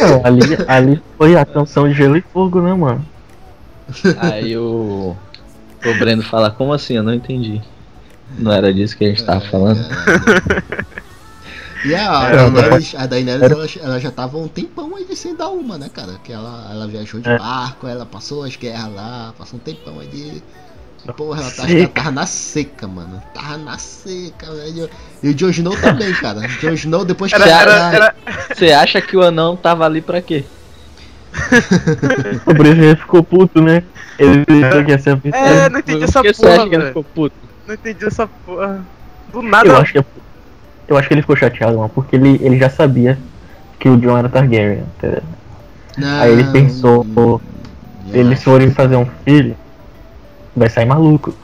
S5: Não, ali, ali foi a canção de Gelo e Fogo, né, mano?
S6: Aí o. O Breno fala, como assim? Eu não entendi. Não era disso que a gente
S5: Tá
S6: tava
S3: É.
S6: falando.
S3: E a,
S4: É,
S3: a Daenerys, a Daenerys
S5: Era-
S3: ela, ela já tava há um tempão aí sem dar uma, né, cara? Que ela, ela viajou de
S5: É.
S3: barco, ela passou as guerras lá, passou um tempão ali. Porra, ela tava,
S5: Seca.
S3: ela tava na seca, mano. Tava na seca, velho. E o Jon Snow também, cara. O Jon Snow depois que
S4: Era,
S6: Já-
S4: era, era,
S6: Você acha que o anão tava ali pra quê?
S5: O Breno ficou puto, né? Ele pensou que ia ser a
S4: É,
S5: princesa.
S4: não entendi
S6: Por
S4: essa
S6: que você acha
S4: porra,
S6: que ele
S4: velho.
S6: ficou puto?
S4: Não entendi essa porra. Do
S5: Eu
S4: nada,
S5: acho que, é eu acho que ele ficou chateado, mano, porque ele, ele já sabia que o John era Targaryen, entendeu?
S3: Não,
S5: Aí ele pensou,
S3: não.
S5: se
S3: Né?
S5: eles forem fazer um filho, vai sair maluco.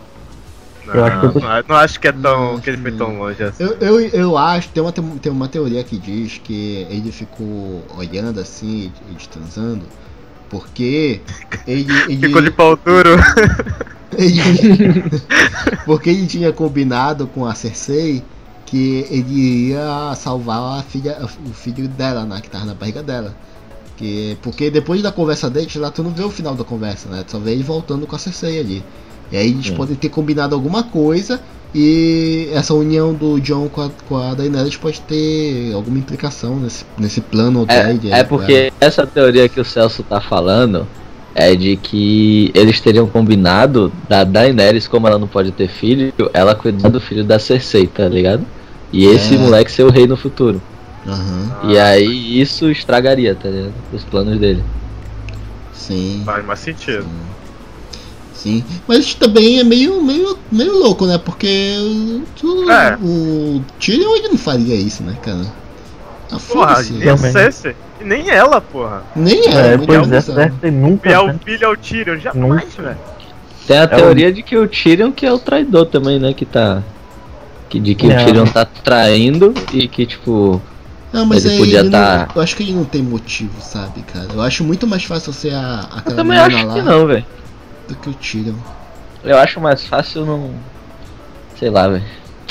S5: eu acho que eu tô-
S4: não, não acho que é tão.
S3: Não,
S4: que ele foi tão longe assim.
S3: Eu, eu, eu acho, tem uma, tem uma teoria que diz que ele ficou olhando assim, eles transando, porque
S4: (laughs)
S3: ele. ele-
S4: Ficou de pau duro.
S3: ele- (laughs) porque ele tinha combinado com a Cersei que ele ia salvar a filha, o filho dela, né, que tava na barriga dela. Que, porque depois da conversa deles, lá tu não vê o final da conversa, né? Tu só vê ele voltando com a Cersei ali. E aí eles
S6: Sim.
S3: podem ter combinado alguma coisa e essa união do John com a, com a Daenerys pode ter alguma implicação nesse, nesse plano dele,
S6: É, é
S3: né,
S6: porque essa teoria que o Celso tá falando é de que eles teriam combinado da Daenerys, como ela não pode ter filho, ela cuidar do filho da Cersei, tá ligado? E esse
S3: É.
S6: moleque ser o rei no futuro.
S3: Aham,
S6: E aí isso estragaria, tá ligado? Os planos dele.
S3: sim.
S8: Faz mais sentido.
S3: Sim, mas também é meio, meio, meio louco, né? Porque o,
S8: É.
S3: o Tyrion ele não faria isso, né, cara? Ah,
S8: Porra,
S3: foda-se.
S6: é-
S8: nem a Cersei, e nem ela, porra.
S3: Nem é,
S5: É,
S3: muito
S5: pois é,
S3: bizarro.
S5: certo, nunca.
S8: E é
S5: né?
S8: o filho ao Tyrion, jamais, velho.
S6: Tem
S3: É
S6: a
S3: um
S5: o-
S6: teoria de que o Tyrion que é o traidor também, né? Que tá. Que, de que
S5: Não.
S6: o Tyrion tá traindo e que, tipo.
S3: Não, Ah, mas
S6: Ele
S3: aí
S6: podia
S3: ele não-
S6: tá-
S3: eu acho que ele não tem motivo, sabe, cara? Eu acho muito mais fácil ser a,
S6: Eu
S3: aquela
S6: também
S3: menina
S6: acho
S3: Tá lá
S6: que não, velho.
S3: do que o Tyrion.
S6: Eu acho mais fácil não. Sei lá, velho.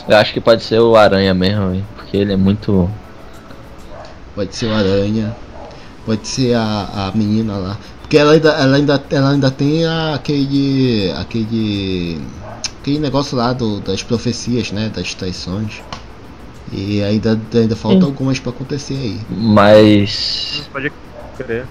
S6: Eu acho que pode ser o Aranha mesmo, velho. Porque ele é muito.
S3: Pode ser o Aranha, pode ser a, a menina lá. Porque ela ainda, ela ainda, ela ainda tem a- aquele. aquele. aquele negócio lá do, das profecias, né? Das traições. E ainda, ainda falta algumas pra acontecer aí.
S6: Mas.
S8: Pode crer.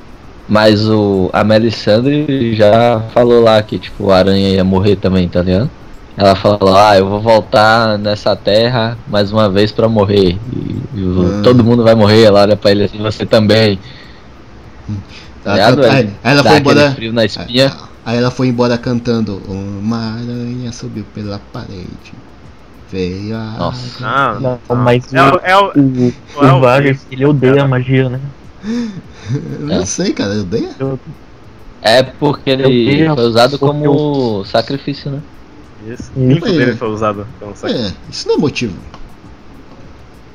S6: Mas o. A Melisandre já falou lá que, tipo, o Aranha ia morrer também, tá ligado? Ela falou, ah, eu vou voltar nessa terra mais uma vez pra morrer. E, e o-
S3: Ah.
S6: todo mundo vai morrer, ela olha pra ele assim, você também.
S3: Ela
S6: Tá
S3: canta-
S6: doido.
S3: aí, aí ela
S6: Dá
S3: foi
S6: aquele
S3: embora. É.
S6: frio na espinha.
S3: Aí ela foi embora cantando. Uma aranha subiu pela parede. Veio a.
S6: Nossa.
S8: Não,
S5: Não, mas
S8: É, o-
S5: o,
S8: é, o-
S5: o,
S8: não é o
S5: o Vargas, ele odeia
S8: cara.
S5: a magia, né?
S3: Eu não
S6: É.
S3: sei, cara. Eu dei.
S6: É porque
S5: Meu
S6: ele
S5: Deus,
S6: foi usado
S5: porque
S6: como sacrifício, né?
S8: Isso.
S5: Hum.
S8: Ninguém
S3: Sim.
S8: dele foi usado. como saco.
S3: É, isso não é motivo.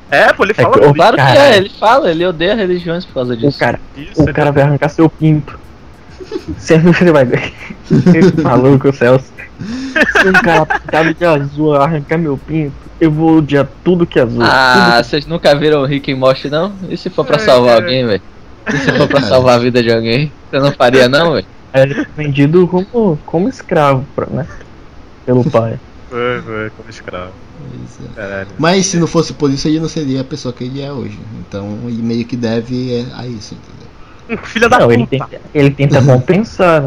S8: É, pô, ele
S5: É
S8: fala
S5: que eu-
S8: tudo
S6: Claro que
S5: Caralho.
S6: é, ele fala, ele odeia religiões por causa
S5: O
S6: disso.
S5: cara,
S8: isso.
S5: o
S8: ele-
S5: cara vai arrancar
S8: (laughs)
S5: seu pinto. Sempre você vai ver. Esse Maluco, Celso. Se um cara pintado de azul arrancar meu pinto, eu vou odiar tudo que é azul.
S6: Ah, vocês nunca viram o Rick e Morty, não? E se for pra
S8: É,
S6: salvar
S8: cara.
S6: alguém, velho? E se
S3: É,
S6: for (laughs) pra
S3: cara.
S6: salvar a vida de alguém? Você não faria, não, velho?
S5: Era É vendido como, como escravo, pra- né? Pelo pai.
S8: Foi, foi, como escravo.
S3: Pois é.
S8: Caralho.
S3: Mas se não fosse por isso, ele não seria a pessoa que ele é hoje. Então, ele meio que deve é, a isso, entendeu?
S8: Filha da
S5: Não, ele
S8: puta.
S5: tenta, ele
S8: (laughs)
S5: tenta compensar.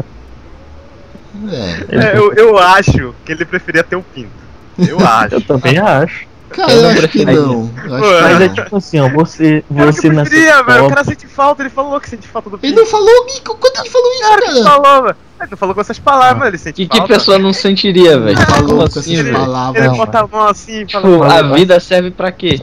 S5: né?
S3: É.
S5: Ele
S8: É, eu, eu acho que ele preferia ter o pinto. Eu acho.
S5: (laughs) Eu também
S8: Ah.
S5: acho.
S3: Cara,
S6: Eu
S3: eu
S6: não
S3: acho que
S6: prefiro.
S3: não. Eu acho
S8: Ué.
S5: Mas
S6: (laughs)
S3: que
S5: é
S3: não.
S5: tipo assim, ó,
S8: Cara,
S5: você,
S8: que
S5: você
S8: eu preferia,
S5: nessa
S8: velho. O cara sente falta, ele falou que sente falta do
S3: Ele
S8: pinto.
S3: não falou, Mico, quando ele falou isso,
S8: Ele
S3: cara?
S8: falou, velho. Ele não falou com essas palavras, ele sente
S6: Que, tipo, que
S8: falta.
S6: pessoa não sentiria, velho?
S3: Ele
S6: Como
S3: falou com
S6: assim,
S3: essas
S6: velho?
S8: Ele
S3: palavras.
S5: Não,
S8: bota a mão assim e fala.
S6: Tipo, a vida serve pra quê?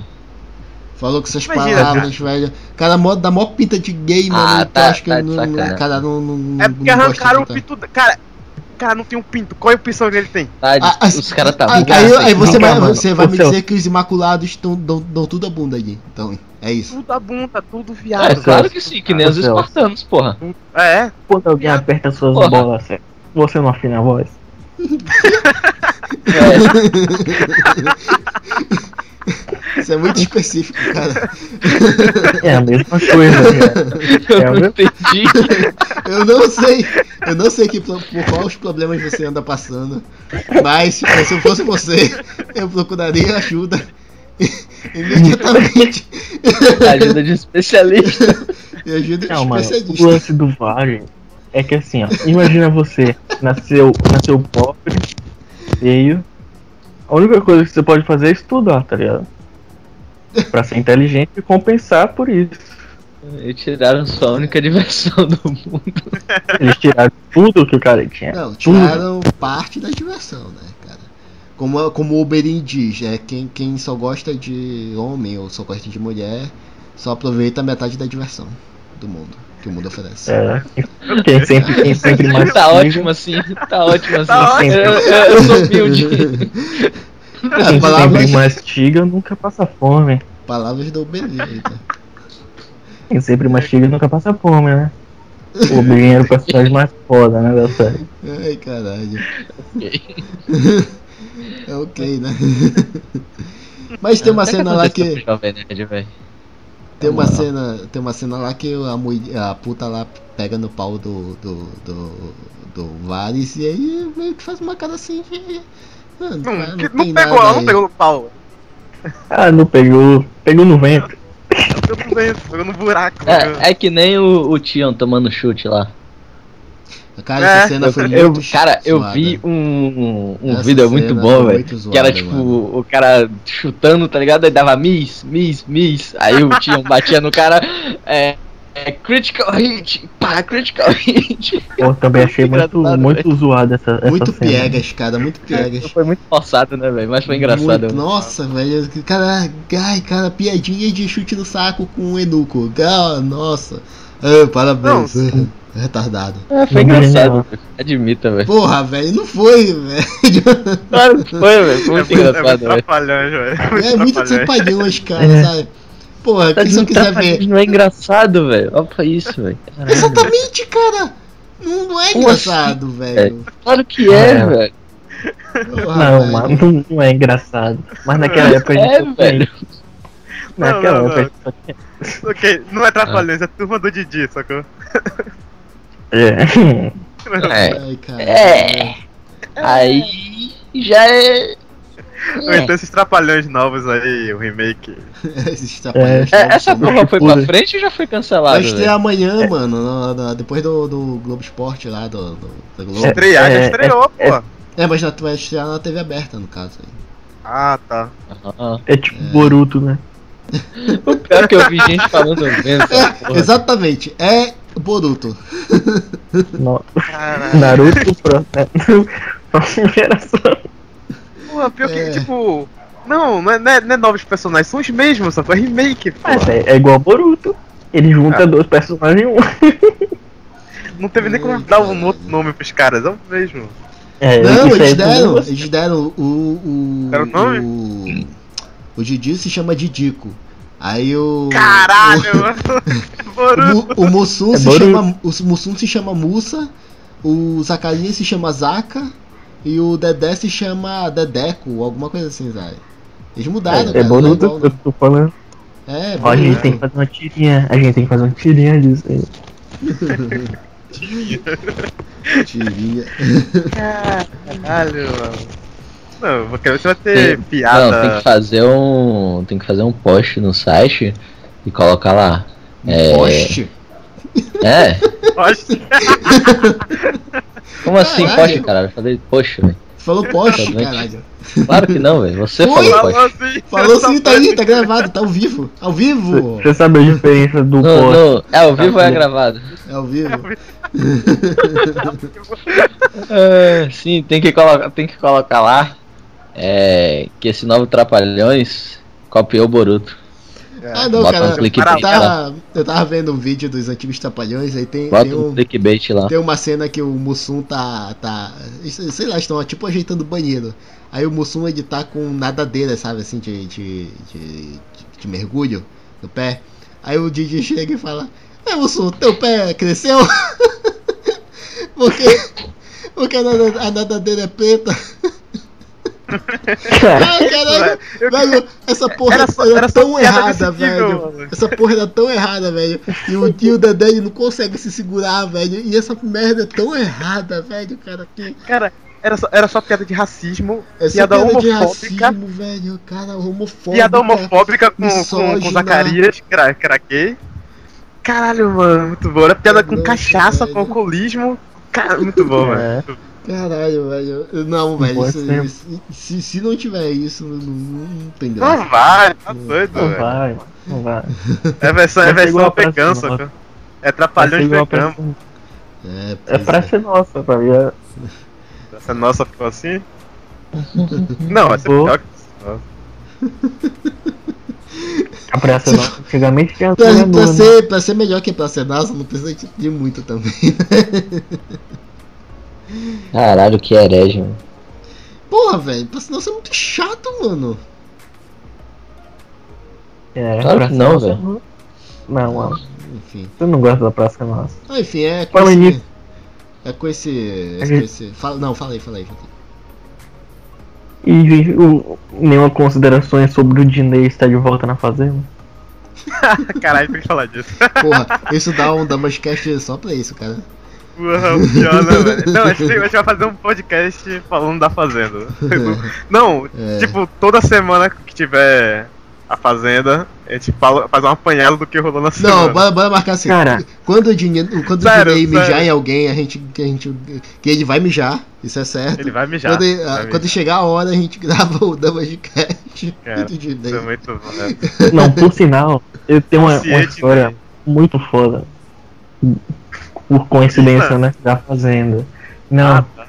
S3: Falou com essas
S8: Imagina,
S3: palavras, velho. Cara, mó, dá mó pinta de gay, mano.
S6: Ah,
S3: então
S6: tá-
S3: acho que
S6: tá de
S3: não,
S6: sacanagem.
S3: cara não, não- não-
S8: É porque
S3: não gosta
S8: arrancaram o
S3: de-
S8: pinto. da- Cara, o cara não tem um pinto. Qual é a opção que ele tem?
S6: Tá,
S3: Ah, ah,
S6: os caras tá
S3: ah,
S6: rico,
S3: aí,
S6: assim.
S3: aí você,
S5: Vem cá,
S3: vai,
S5: mano.
S3: você vai
S5: Ô,
S3: me
S5: seu-
S3: dizer que os Imaculados tão, dão, dão tudo a bunda aqui. Então, é isso.
S8: Tudo a bunda, tudo
S6: É
S8: viado.
S6: claro que sim, que
S3: Ah,
S6: nem os
S5: Ô, Celso.
S6: espartanos, porra.
S8: É,
S5: Quando alguém aperta suas
S6: Porra.
S5: bolas, você- você não afina a voz?
S6: (laughs) É,
S3: (laughs) Isso é muito específico, cara.
S5: É a mesma
S6: (laughs)
S5: coisa, cara. É
S6: tipo, eu
S5: o
S6: não
S5: meu-
S6: entendi.
S3: Eu não sei. Eu não sei que, pro- por quais problemas você anda passando. Mas se eu fosse você, eu procuraria ajuda. Imediatamente.
S6: Ajuda de especialista.
S3: Eu ajudo
S5: Não, mano, o
S3: especialista.
S5: lance do Vale é que assim, ó, imagina você nasceu, nasceu pobre, feio. A única coisa que você pode fazer é estudar, tá ligado? Pra ser inteligente e compensar por isso.
S6: E tiraram sua única diversão do mundo.
S5: Eles tiraram tudo que o cara tinha.
S3: Não, tiraram parte da diversão, né, cara? Como, como o Oberyn diz, é quem, quem só gosta de homem ou só gosta de mulher, só aproveita metade da diversão do mundo, que o mundo oferece.
S5: É, quem sempre, quem sempre mais
S6: Tá
S5: liga,
S6: ótimo assim, tá ótimo assim.
S8: Tá
S5: ótimo.
S6: Eu, eu- eu sou humilde.
S3: (laughs) Ah,
S5: Quem
S3: palavras,
S5: sempre mastiga nunca passa fome.
S3: é palavras do Oberyn, aí, tá?
S5: Quem sempre mastiga nunca passa fome, né? O dinheiro com as pessoas mais foda, né, meu sério?
S3: Ai, caralho. (laughs) é ok, né? Mas tem uma
S6: Até que
S3: cena lá
S6: aconteceu
S3: que.
S6: com o Jovem Nerd, velho?
S3: Tem uma
S6: Mano.
S3: cena. Tem uma cena lá que a, mulher, a puta lá pega no pau do. do. do. do Varys e aí meio que faz uma cara assim de. Mano,
S8: não, que-
S3: cara,
S8: não
S3: tem
S8: pegou,
S3: nada
S8: não
S3: aí.
S8: pegou no pau.
S5: Ah, não pegou. Pegou no vento.
S8: Pegou
S4: um
S8: no vento, pegou no buraco.
S6: É, é que nem o, o Tion tomando chute lá.
S3: Cara, essa
S9: É.
S3: cena foi
S6: eu,
S3: muito
S6: cara, eu
S3: zoada.
S6: vi um, um
S3: Essa
S6: vídeo muito
S3: cena
S6: bom,
S3: foi
S6: velho.
S3: muito
S6: Que era
S3: zoada,
S6: tipo,
S3: mano.
S6: o cara chutando, tá ligado? Aí dava miss, miss, miss. Aí o
S3: (laughs)
S6: tio batia no cara. É, é, critical hit, pá, critical hit.
S5: Pô, também achei muito,
S6: Engraçado,
S5: muito zoada essa, essa
S6: (laughs) É.
S3: Muito
S5: cena.
S3: piegas, cara, muito piegas.
S6: Foi muito forçado, né, velho? Mas foi engraçado.
S3: Muito, nossa, velho. Cara, ai, cara, piadinha de chute no saco com o Educo. Ah, nossa. Ah, parabéns. Retardado.
S6: É, foi
S5: Muito
S6: engraçado.
S5: genial.
S6: velho. Admita, velho.
S3: Porra, velho, não foi, velho. (laughs)
S6: Claro que foi, velho.
S4: É muito, é
S6: Foi muito
S4: muito
S6: engraçado, velho.
S4: trapalhões, velho.
S3: É muito
S4: trapalhões.
S6: (laughs)
S3: trapalhões, cara,
S5: É.
S3: sabe? Porra,
S6: Tá
S3: quem só quiser ver.
S6: Não é engraçado, velho. Olha pra isso, velho.
S3: Exatamente, cara! Não, não é
S6: Como
S3: engraçado, velho.
S6: Claro que é,
S5: É.
S6: velho. É.
S3: Porra,
S5: Não,
S3: velho.
S5: mano, não, não é engraçado. Mas naquela época a gente
S6: É,
S5: sofreu
S6: velho.
S5: isso. Naquela
S4: Não, não,
S5: época a gente só tinha.
S4: Ok, não é trapalhões, é turma do Didi, sacou?
S5: É.
S6: É.
S3: Ai, cara.
S6: É. Aí já é.
S4: Ou então esses trapalhões novos aí, o remake.
S3: (laughs) Esses trapalhões
S6: É,
S3: novos
S6: essa
S3: são-
S6: porra foi pra
S5: Foda-se.
S6: frente ou já foi cancelado?
S3: tá Vai estrear
S6: velho? É.
S3: amanhã, mano, na- na- depois do, do Globo Esporte lá, do, do- da Globo. É,
S4: Estrear, já
S5: é,
S4: estreou,
S5: é,
S4: pô.
S3: mas na, vai estrear na TV aberta, no caso. aí.
S4: Ah, tá.
S6: Ah,
S5: É tipo
S3: É.
S5: Boruto, né?
S6: o pior é que eu vi gente falando bem dessa
S3: É,
S4: (laughs)
S6: porra.
S3: exatamente, é Boruto.
S5: No-
S3: (laughs)
S4: Caralho.
S5: Naruto pro. (laughs) Próxima geração.
S4: Pô, pior
S3: É.
S4: que, tipo. Não, não é, não é- não é novos personagens, são os mesmos, sacou? É remake, pô.
S5: Mas é, é igual Boruto. Ele junta dois personagens em um.
S4: Não teve nem como
S3: Ai,
S4: dar um
S3: caralho.
S4: outro nome pros caras, é o mesmo.
S5: É,
S3: Não,
S5: isso aí
S3: eles
S5: é
S3: deram,
S5: duas-
S3: eles deram o.
S4: Era o nome?
S3: O, o, o Didi se chama Didico. Aí o.
S4: Caralho, mano. (laughs) Boruto.
S3: O, o Mussum
S5: É
S3: se
S5: Boruto.
S3: chama. O Mussum se chama Mussa, o Zacarias se chama Zaca e o Dedé se chama Dedeco, alguma coisa assim, sabe? Eles mudaram,
S5: É
S3: cara, não
S5: Boruto
S3: igual,
S5: que eu
S3: não.
S5: tô falando.
S3: É,
S5: Ó, a gente
S3: Boruto.
S5: tem que fazer uma tirinha. A gente tem que fazer uma tirinha disso aí.
S3: Tirinha.
S4: Caralho, mano. Não, porque você vai ter piada.
S6: Não, tem que fazer um. Tem que fazer um post no site e colocar lá. É.
S3: Poste.
S6: É?
S4: Poste.
S6: Como assim,
S3: Caralho.
S6: post, caralho? Eu falei, poxa, velho.
S3: Falou poste,
S6: Exatamente.
S3: caralho.
S6: Claro que não, velho. Você
S3: Oi?
S6: falou
S4: Falou
S6: post.
S4: assim.
S3: Falou
S4: essa
S3: sim, tá aí, tá gravado, tá ao vivo. Ao vivo!
S5: Você sabe a diferença do
S6: No,
S5: post?
S6: no, é ao
S4: Tá
S6: vivo ou é gravado?
S3: É ao vivo.
S6: É, sim, tem que, colocar, tem que colocar lá é, que esse novo Trapalhões copiou o Boruto.
S5: É.
S3: Ah não,
S6: Bota um
S3: cara.
S6: clickbait
S3: Eu
S6: lá.
S3: tava, eu tava vendo um vídeo dos antigos trapalhões, aí tem, tem
S6: Bota um
S3: um.
S6: clickbait lá.
S3: Tem uma cena que o Mussum tá. tá sei lá, estão tipo ajeitando o banheiro. Aí o Mussum ele tá com nadadeira, sabe, assim, de, de, de, de- de mergulho no pé. Aí o Didi chega e fala: É Mussum, teu pé cresceu? (laughs) porque porque a, nada- a nadadeira é preta. (laughs)
S4: (laughs)
S3: Ai, caralho,
S4: Eu-
S3: velho, essa porra
S4: Era
S3: era,
S4: só- era só
S3: tão
S4: piada
S3: errada,
S4: desse nível,
S3: velho.
S4: mano.
S3: Essa porra era tão errada, velho. E o
S4: (laughs)
S3: tio Dedé ele não consegue se segurar, velho. E essa merda é tão errada, velho, cara. Que...
S4: Cara, era só, era só piada de racismo,
S3: Essa
S4: piada
S3: É piada de
S4: homofóbica,
S3: racismo, né? velho. Cara, homofóbica.
S4: piada homofóbica com, com, com
S3: misógina.
S4: Zacarias, cra, craquei. Caralho, mano, muito bom. Era piada com
S3: Nossa,
S4: cachaça, com
S3: velho.
S4: alcoolismo. Cara, muito bom,
S5: É.
S4: velho.
S3: Caralho, velho. Não, velho.
S5: Boa
S3: isso-
S5: cena.
S3: isso- se, se não tiver isso, não, não- não tem graça.
S4: Não vai, tá doido,
S5: Não
S4: velho.
S5: vai, não vai.
S4: É versão, é
S5: Vai ser
S4: versão
S5: igual pra
S4: vegana,
S5: cima,
S4: sacou? É
S5: Vai ser
S4: trapalhões
S5: igual pra-
S4: veganos.
S3: É,
S5: É
S3: pois
S5: pra
S3: é.
S5: ser nossa, tá ligado?
S4: Essa nossa ficou
S3: (laughs)
S4: assim? Não, essa é
S5: Boa.
S4: pior que nossa.
S5: A praça é nossa. Antigamente tinha
S3: Pra,
S5: tudo
S3: pra
S5: nua, né?
S3: ser, pra ser melhor que pra ser NASA, não precisa de- de muito também.
S6: Caralho, que herege, mano.
S3: Porra, velho, pra ser NASA é muito chato, mano.
S5: É,
S6: Claro
S5: Praça
S6: que não,
S5: Nossa é
S6: velho.
S5: nua. Não, mano.
S3: Enfim.
S5: Tu não gosta da praça nossa.
S3: Ah, enfim, é com
S5: Fala
S3: esse.
S5: nisso.
S3: É com esse. É
S5: A
S3: com
S5: gente-
S3: esse. Fala, não, fala aí, fala aí. Jota.
S5: E gente, o- nenhuma consideração é sobre o Dinei estar de volta na fazenda?
S4: Caralho, tem que falar disso.
S3: Porra, isso dá um Damascast só pra isso,
S8: (laughs)
S3: cara.
S4: Porra, pior, né, velho? Não, a gente, tem- a gente vai fazer um podcast falando da Fazenda.
S3: É.
S4: Não,
S3: É.
S4: tipo, toda semana que tiver
S8: a Fazenda, a gente fala, faz um apanhado do que rolou na
S3: Não,
S8: semana.
S3: bora, bora marcar assim.
S5: Cara.
S3: Quando o dinheiro, quando
S8: Sério,
S3: o Dinei mijar
S8: sério.
S3: em alguém, a gente, que a gente, que ele vai mijar, isso é certo.
S8: Ele vai mijar.
S3: Quando, ele- ah,
S8: vai mijar.
S3: quando chegar a hora, a gente (laughs) grava o Damas de Cast.
S8: Cara,
S3: do Dinei.
S8: Isso é muito bom, né?
S5: Não, por sinal, eu tenho uma, uma
S8: Ciente,
S5: história
S8: né?
S5: muito foda. Por coincidência,
S8: Eita.
S5: né? Da Fazenda. Não,
S8: Ah, tá.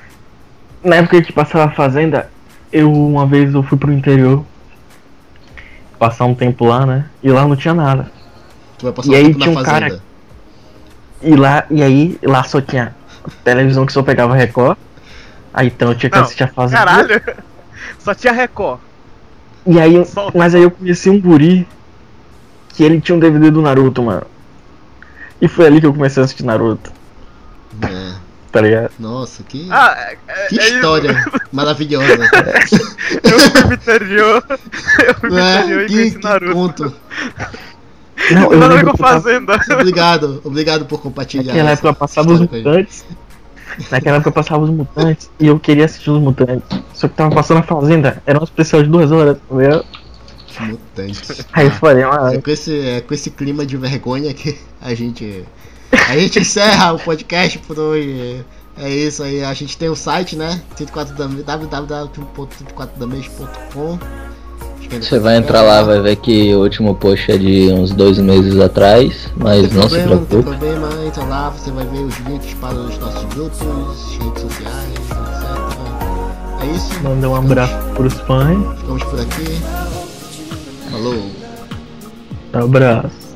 S5: na época que passava a Fazenda, eu uma vez eu fui pro interior. Passar um tempo lá, né? E lá não tinha nada.
S3: Tu vai passar um
S5: E aí
S3: tempo na
S5: tinha um cara-
S3: fazenda.
S5: E lá, e aí, lá só tinha televisão que só pegava Record. Aí então eu tinha que
S8: Não,
S5: assistir a Fazenda.
S8: Caralho! Só tinha Record.
S5: E aí, eu-
S8: Só-
S5: mas aí eu conheci um guri que ele tinha um DVD do Naruto, mano. E foi ali que eu comecei a assistir Naruto,
S3: É.
S8: (laughs)
S5: tá ligado?
S3: Nossa, que,
S8: Ah, é- é,
S3: que
S8: é isso. (laughs)
S3: história maravilhosa.
S8: Eu fui pro interior. (laughs) Eu fui pro interior
S3: É,
S8: e
S3: que,
S8: conheci
S3: que
S8: Naruto.
S3: conto.
S5: Não,
S8: Nada a ver
S5: lembro
S8: com
S5: que eu tava-
S8: Fazenda.
S3: Obrigado, obrigado por compartilhar.
S5: Naquela
S3: essa
S5: época eu passava os
S3: história com a gente.
S5: mutantes. Naquela época eu passava os mutantes e eu queria assistir os mutantes. Só que tava passando a fazenda, era um especial de duas horas, tá ligado?
S3: Mutantes.
S5: (laughs) Aí eu falei,
S3: Ah,
S5: mano,
S3: é, com esse, é com esse clima de vergonha que a gente. A gente encerra o podcast por hoje. É isso aí. A gente tem o site, né? 104 dam- www.104damage.com. Acho que ainda
S6: Você
S3: tá
S6: vai entrar lá,
S3: ficando.
S6: vai ver que o último post é de uns dois meses atrás, mas não se
S3: problema, não tem
S6: preocupe.
S3: problema, entra lá, você vai ver os links para os nossos grupos, redes sociais, etc. É isso.
S5: mandei um abraço pros fãs.
S3: Ficamos por aqui. Falou.
S5: Abraço.